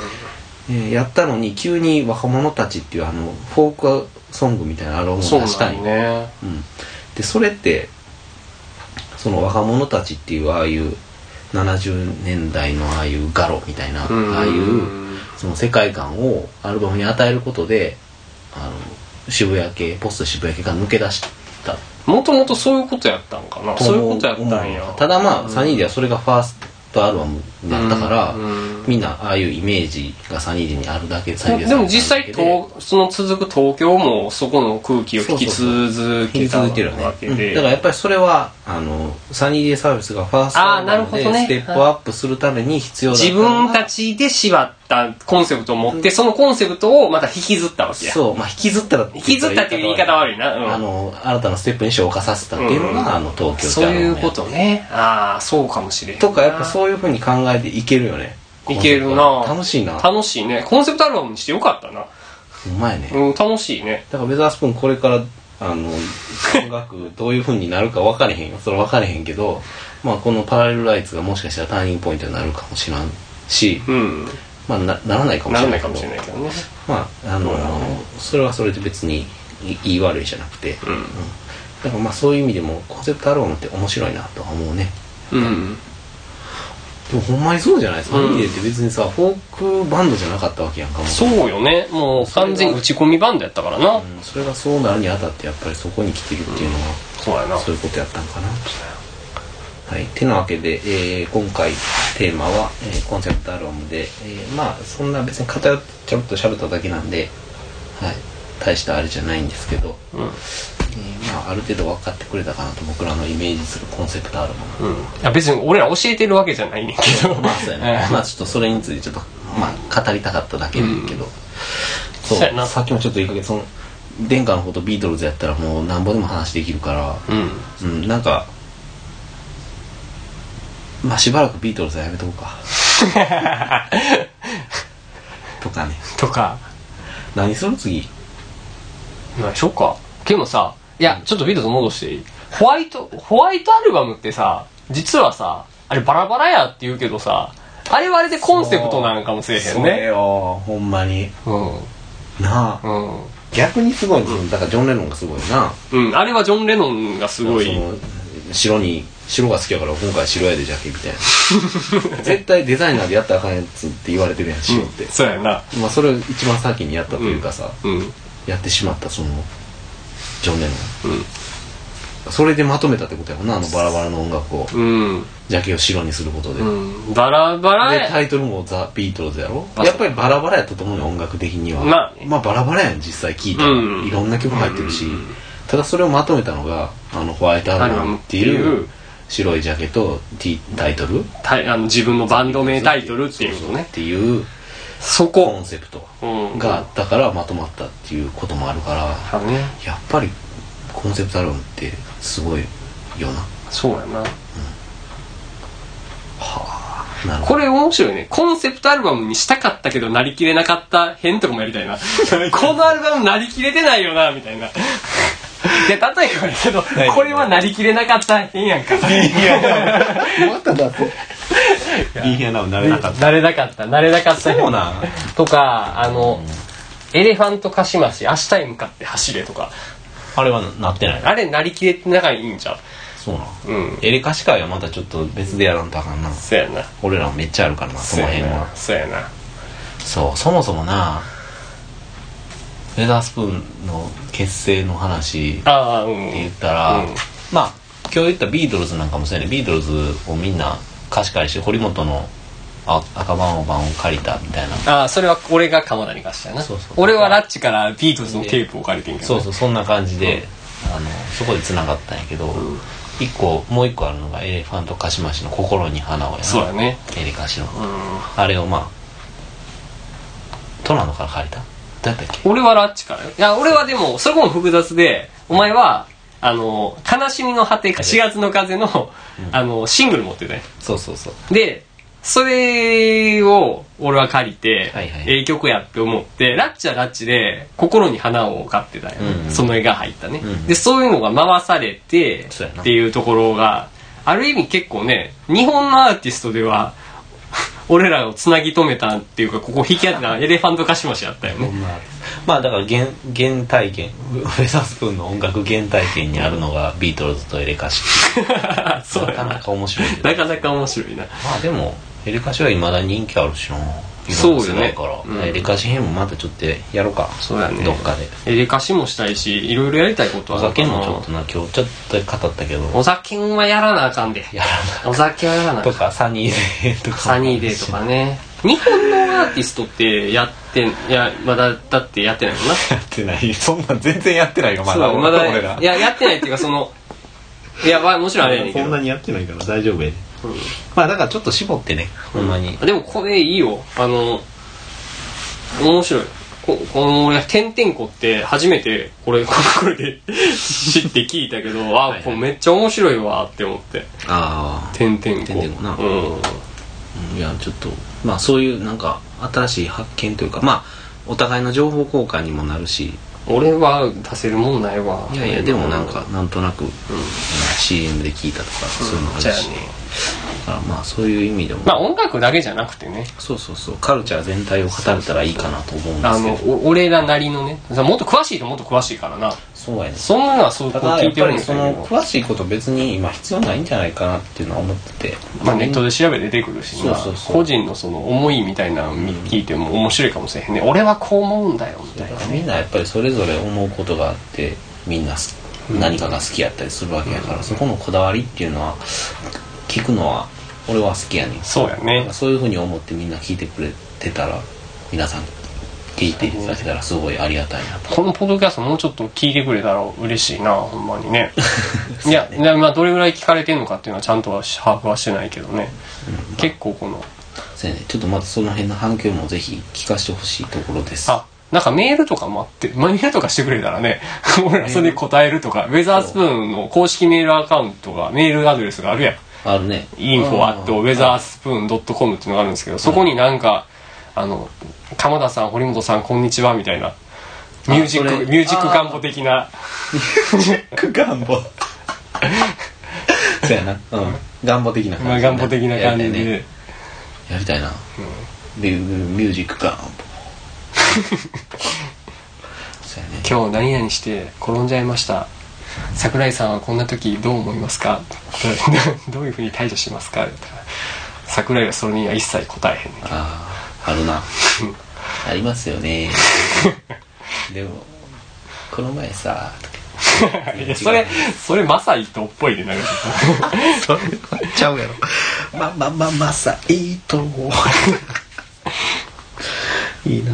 S1: えーやったのに急に若者たちっていうあのフォークソングみたいなアローム
S2: そう
S1: を出し
S2: な
S1: た
S2: ん
S1: い
S2: よね
S1: うん、でそれってその若者たちっていうああいう70年代のああいうガロみたいな、
S2: うん
S1: ああいうその世界観をアルバムに与えることであの渋谷系ポスト渋谷系が抜け出した
S2: もともとそういうことやったんかな
S1: と
S2: そう
S1: 思
S2: いうことやったんや
S1: ただまあ、
S2: うん
S1: サニーではそれがファーストアルバムだったから、
S2: うん
S1: みんなああいうイメージがサニーデにあるだけでサニーデ
S2: でも実際東その続く東京もそこの空気を引き続
S1: 引
S2: け
S1: き
S2: た
S1: 続いてるよね、
S2: わけ
S1: う
S2: で
S1: んだからやっぱりそれはあのサニーデイサービスがファーストアルバム
S2: あーなるほ
S1: で
S2: どね
S1: ステップアップするために必要だった
S2: 自
S1: のが
S2: 分たちで縛ったコンセプトを持ってそのコンセプトをまた引きずったわけや
S1: そうまあ引きずったら
S2: 引きずったっていう言い方悪いな、うん
S1: あの新たなステップに昇華させたっていうのが、
S2: うん
S1: あの東京って
S2: そういうこ
S1: あの
S2: とねああそうかもしれん
S1: ねとかやっぱそういうふうに考えていけるよね
S2: いけるな
S1: 楽しいな
S2: 楽しいねコンセプトアルバムにしてよかったな、
S1: うまいね、
S2: うん、楽しいね
S1: だからベザースプーンこれからあの音楽どういうふうになるか分かれへんよそれは分かれへんけどまあこのパラレルライツがもしかしたらターニングポイントになるかもしらんし、
S2: うん
S1: まあ、なならないかも
S2: な
S1: し
S2: ら
S1: れな
S2: な
S1: いいけ
S2: かも
S1: ど
S2: しれないけどね
S1: まああの、
S2: どうなの
S1: それはそれで別にい言い悪いじゃなくて、
S2: う
S1: だからまあそういう意味でもコンセプトアルバムって面白いなとは思うね
S2: んうん
S1: でもほんまにそうじゃないですか、
S2: うん
S1: サニーデーって別にさフォークバンドじゃなかったわけやんかもう
S2: そうよねもう完全に打ち込みバンドやったからな、
S1: うんそれがそうなるにあたってやっぱりそこに来てるっていうのは、
S2: そうやな
S1: そういうことやったんかな。はい、てなわけで、えー今回テーマは、えーコンセプトアルバムで、えーまあそんな別に偏ってちょろっと喋っただけなんで、はい、大したあれじゃないんですけど、
S2: うん
S1: えーまあある程度分かってくれたかなと僕らのイメージするコンセプトアルバム。
S2: うん、いや別に俺ら教えてるわけじゃないねんけど。
S1: まあそうやねまあちょっとそれについてちょっと、まあ語りたかっただけだけど、そう
S2: そうやな
S1: さっきもちょっと言いかけどその、殿下のことビートルズやったらもうなんぼでも話できるから、
S2: うん
S1: うん、なんか、まあしばらくビートルズはやめとこうか。 とかね。
S2: とか
S1: 何する次
S2: 何しよっかでもさいやちょっとビートルズ戻していいホワイトホワイトアルバムってさ実はさあれバラバラやって言うけどさあれはあれでコンセプトなんかもせえへん
S1: それ
S2: ね
S1: よ、ほんまに。
S2: うん
S1: なあ。
S2: うん
S1: 逆にすごい、だからジョン・レノンがすごいな。
S2: うん、あれはジョン・レノンがすごい
S1: その白に、白が好きやから今回白やでじゃけみたい な。絶対デザイナーでやったらあかんやつって言われてるやん、白って。
S2: そうやな
S1: まあそれを一番先にやったというかさ、
S2: うん
S1: やってしまったその、ジョン・レノン。
S2: うん
S1: それでまとめたってことやもんなあのバラバラの音楽を
S2: うん、
S1: ジャケを白にすることで、
S2: うん、バラバラ
S1: で
S2: や
S1: タイトルも「ザ・ビートルズやろ
S2: あ
S1: やっぱりバラバラやったと思うね音楽的には
S2: まあね
S1: まあバラバラやん実際聴いたら、
S2: うん
S1: いろんな曲入ってるし、ただそれをまとめたのがあのホワイトア
S2: ア
S1: ル
S2: ル
S1: バ
S2: バ
S1: ム
S2: ム
S1: っ
S2: ってて
S1: い
S2: いうう
S1: 白いジャケと T タイトル
S2: たあの自分のバンド名タイトルっていうのね
S1: っていう
S2: そ
S1: コ
S2: こ
S1: ンセプト
S2: うん
S1: があったからまとまったっていうこともあるから
S2: あのね
S1: やっぱりコンセプトアルバムってすごいよな
S2: そうやな
S1: なるほど
S2: これ面白いね。コンセプトアルバムにしたかったけど、なりきれなかった編とかもやり たいな。このアルバムなりきれてないよな、みたいな。で、例えばやけど、これはなりきれなかった編やんか。
S1: まただ ってリーヒアナムなれなかった
S2: なれなかった、なれなかった
S1: そう
S2: 編。
S1: なん
S2: とか、あの、エレファントカシマシ、明日へ向かって走れとか。
S1: あれはなってない
S2: あれ、なりきれてないんじゃん。
S1: そうなん
S2: うん。
S1: エレカシ会はまたちょっと別でやらんとあかんな
S2: そうやな。
S1: 俺らもめっちゃあるからなその辺は
S2: そうやな。
S1: そうそもそもなレザースプーンの結成の話って
S2: ああ、うん。
S1: 言ったら、
S2: うん
S1: まあ今日言ったビートルズなんかもそうやねビートルズをみんな貸し借りして堀本のあ赤番を版を借りたみたいな
S2: ああ、それは俺が鎌田に貸したよな。
S1: そうそう
S2: 俺はラッチからビートルズのテープを借りてんけど
S1: そ
S2: ね、
S1: うそうそんな感じで、あのそこでつながったんやけど、一個もう一個あるのがエレファントカシマシの「心に花を」やな
S2: そうやね。
S1: エレカシの
S2: うん。
S1: あれをまあトナノから借りたどうやったっけ
S2: 俺はラッチからよ。いや、俺はでも、そこも複雑で、お前は、あの、悲しみの果てか、4月の風の、あの、シングル持ってたよ。
S1: そうそうそう
S2: で、それを、俺は借りて、
S1: はいはい
S2: ええ曲やって思って、ラッチはラッチで、心に花を買ってたよ。
S1: うんうん
S2: その絵が入ったね、
S1: うん
S2: で、そういうのが回されて、
S1: そうやな
S2: っていうところが、ある意味結構ね、日本のアーティストでは、 俺らをつなぎ止めたっていうか、ここ引き当てたエレファントカシマシやったよね。
S1: ままあだから原原体験フェザースプーンの音楽原体験にあるのがビートルズとエレカシ
S2: そう
S1: なかなか面白いけど
S2: なかなか面白いな
S1: まあでもエレカシはいまだ人気あるしな
S2: そうよ
S1: 今
S2: ね
S1: の世代から、
S2: うん
S1: エレカシ編もまたちょっとやろうか
S2: そうやね
S1: どっかで
S2: エレカシもしたいしいろいろやりたいこと
S1: お
S2: はあるか
S1: 酒
S2: な
S1: もちょっとな今日ちょっと語ったけど
S2: お酒はやらなあかんで
S1: やら
S2: お酒はやらな
S1: な
S2: あ
S1: い
S2: か
S1: と
S2: ん
S1: かサニーデーとか
S2: サニーデーとかね日本のアーティストってやってんいやまだだってやってないもんな
S1: やってないそんなん全然やってない よまだ
S2: そう
S1: 俺
S2: まだ
S1: 俺ら
S2: いややってないっていうかそのいやまあもちろんあれやねん け
S1: そん
S2: ど
S1: なにやってないから大丈夫やねまあだからちょっと絞ってねほんまに
S2: でもこれいいよあの面白いここの俺「てんてんこ」って初めてこれ これで知って聞いたけどあ
S1: いはい
S2: これめっちゃ面白いわって思って
S1: あ
S2: 「てんてんこ」
S1: てんてんこな
S2: うん
S1: あいやちょっとまあそういうなんか新しい発見というかまあお互いの情報交換にもなるし
S2: 俺は出せるもんないわ
S1: いやいやでもなんかなんとなく、CM で聞いたとかそういうのある
S2: じゃあ
S1: し、
S2: ね
S1: だからまあそういう意味でも、
S2: まあ音楽だけじゃなくてね
S1: そうそうそうカルチャー全体を語れたらいいかなと思うんで
S2: あ
S1: すけ
S2: の
S1: ど
S2: お俺らなりのねさもっと詳しいともっと詳しいからな
S1: そうやね
S2: そんなのはそうこ
S1: た
S2: う
S1: だ
S2: 聞
S1: や
S2: い
S1: ってぱ
S2: るん
S1: り
S2: です
S1: そ
S2: け
S1: の
S2: ど
S1: 詳しいこと別に今必要ないんじゃないかなっていうのは思ってて
S2: まあ、ネットで調べて出てくるしな
S1: そうそうそう
S2: 個人のその思いみたいなのみ聞いても面白いかもしれへんね俺はこう思うんだよみた
S1: だ
S2: い
S1: か
S2: な
S1: ら
S2: ね
S1: みんなやっぱりそれぞれ思うことがあってみんなす
S2: うん
S1: 何かが好きやったりするわけやから、そこのこだわりっていうのは聞くのは俺は好きやねん
S2: そうやね
S1: そういうふうに思ってみんな聞いてくれてたら皆さん聞いていただけたらすごいありがたいなと
S2: このポッドキャストもうちょっと聞いてくれたら嬉しいなほんま にねいやいやまあどれぐらい聞かれてんのかっていうのはちゃんとは把握はしてないけどね、結構この
S1: そうやねちょっとまたその辺の反響もぜひ聞かせてほしいところです
S2: あなんかメールとかもあって、まあメールとかしてくれたらね、 俺らそれに答えるとか、ウェザースプーンの公式メールアカウントが、メールアドレスがあるやん。
S1: あるね
S2: インフォアットウェザースプーンドットコムっていうのがあるんですけど、そこになんか、あの、鎌田さん、堀本さん、こんにちは、みたいな、ミュージッ
S1: それ
S2: ク、ミュージック願望的な、
S1: ク願望 そうやなうん願望的な感じ、
S2: まあ、願望的な感
S1: やりた
S2: じ
S1: いね
S2: で、
S1: やりたいな、でミュージック かそうやね
S2: 今日何々して転んじゃいました。桜井さんはこんな時どう思いますかどういうふうに対処しますか桜井はそれには一切答えへんねん
S1: あああるなありますよねでもこの前さ
S2: いやそれそれマサイトっぽいねなんか
S1: それはちゃうやろままままさいいと思 ういいな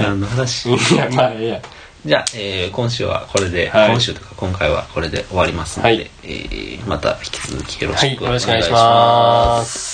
S1: 何の話
S2: いやまあいや
S1: じゃあ、えー今週はこれで、
S2: はい
S1: 今週というか今回はこれで終わりますので、
S2: はい
S1: えーまた引き続きよろ
S2: は
S1: し
S2: い
S1: くお
S2: よ
S1: 願
S2: ろ
S1: い
S2: し
S1: し
S2: くお願いし
S1: ま。
S2: ますす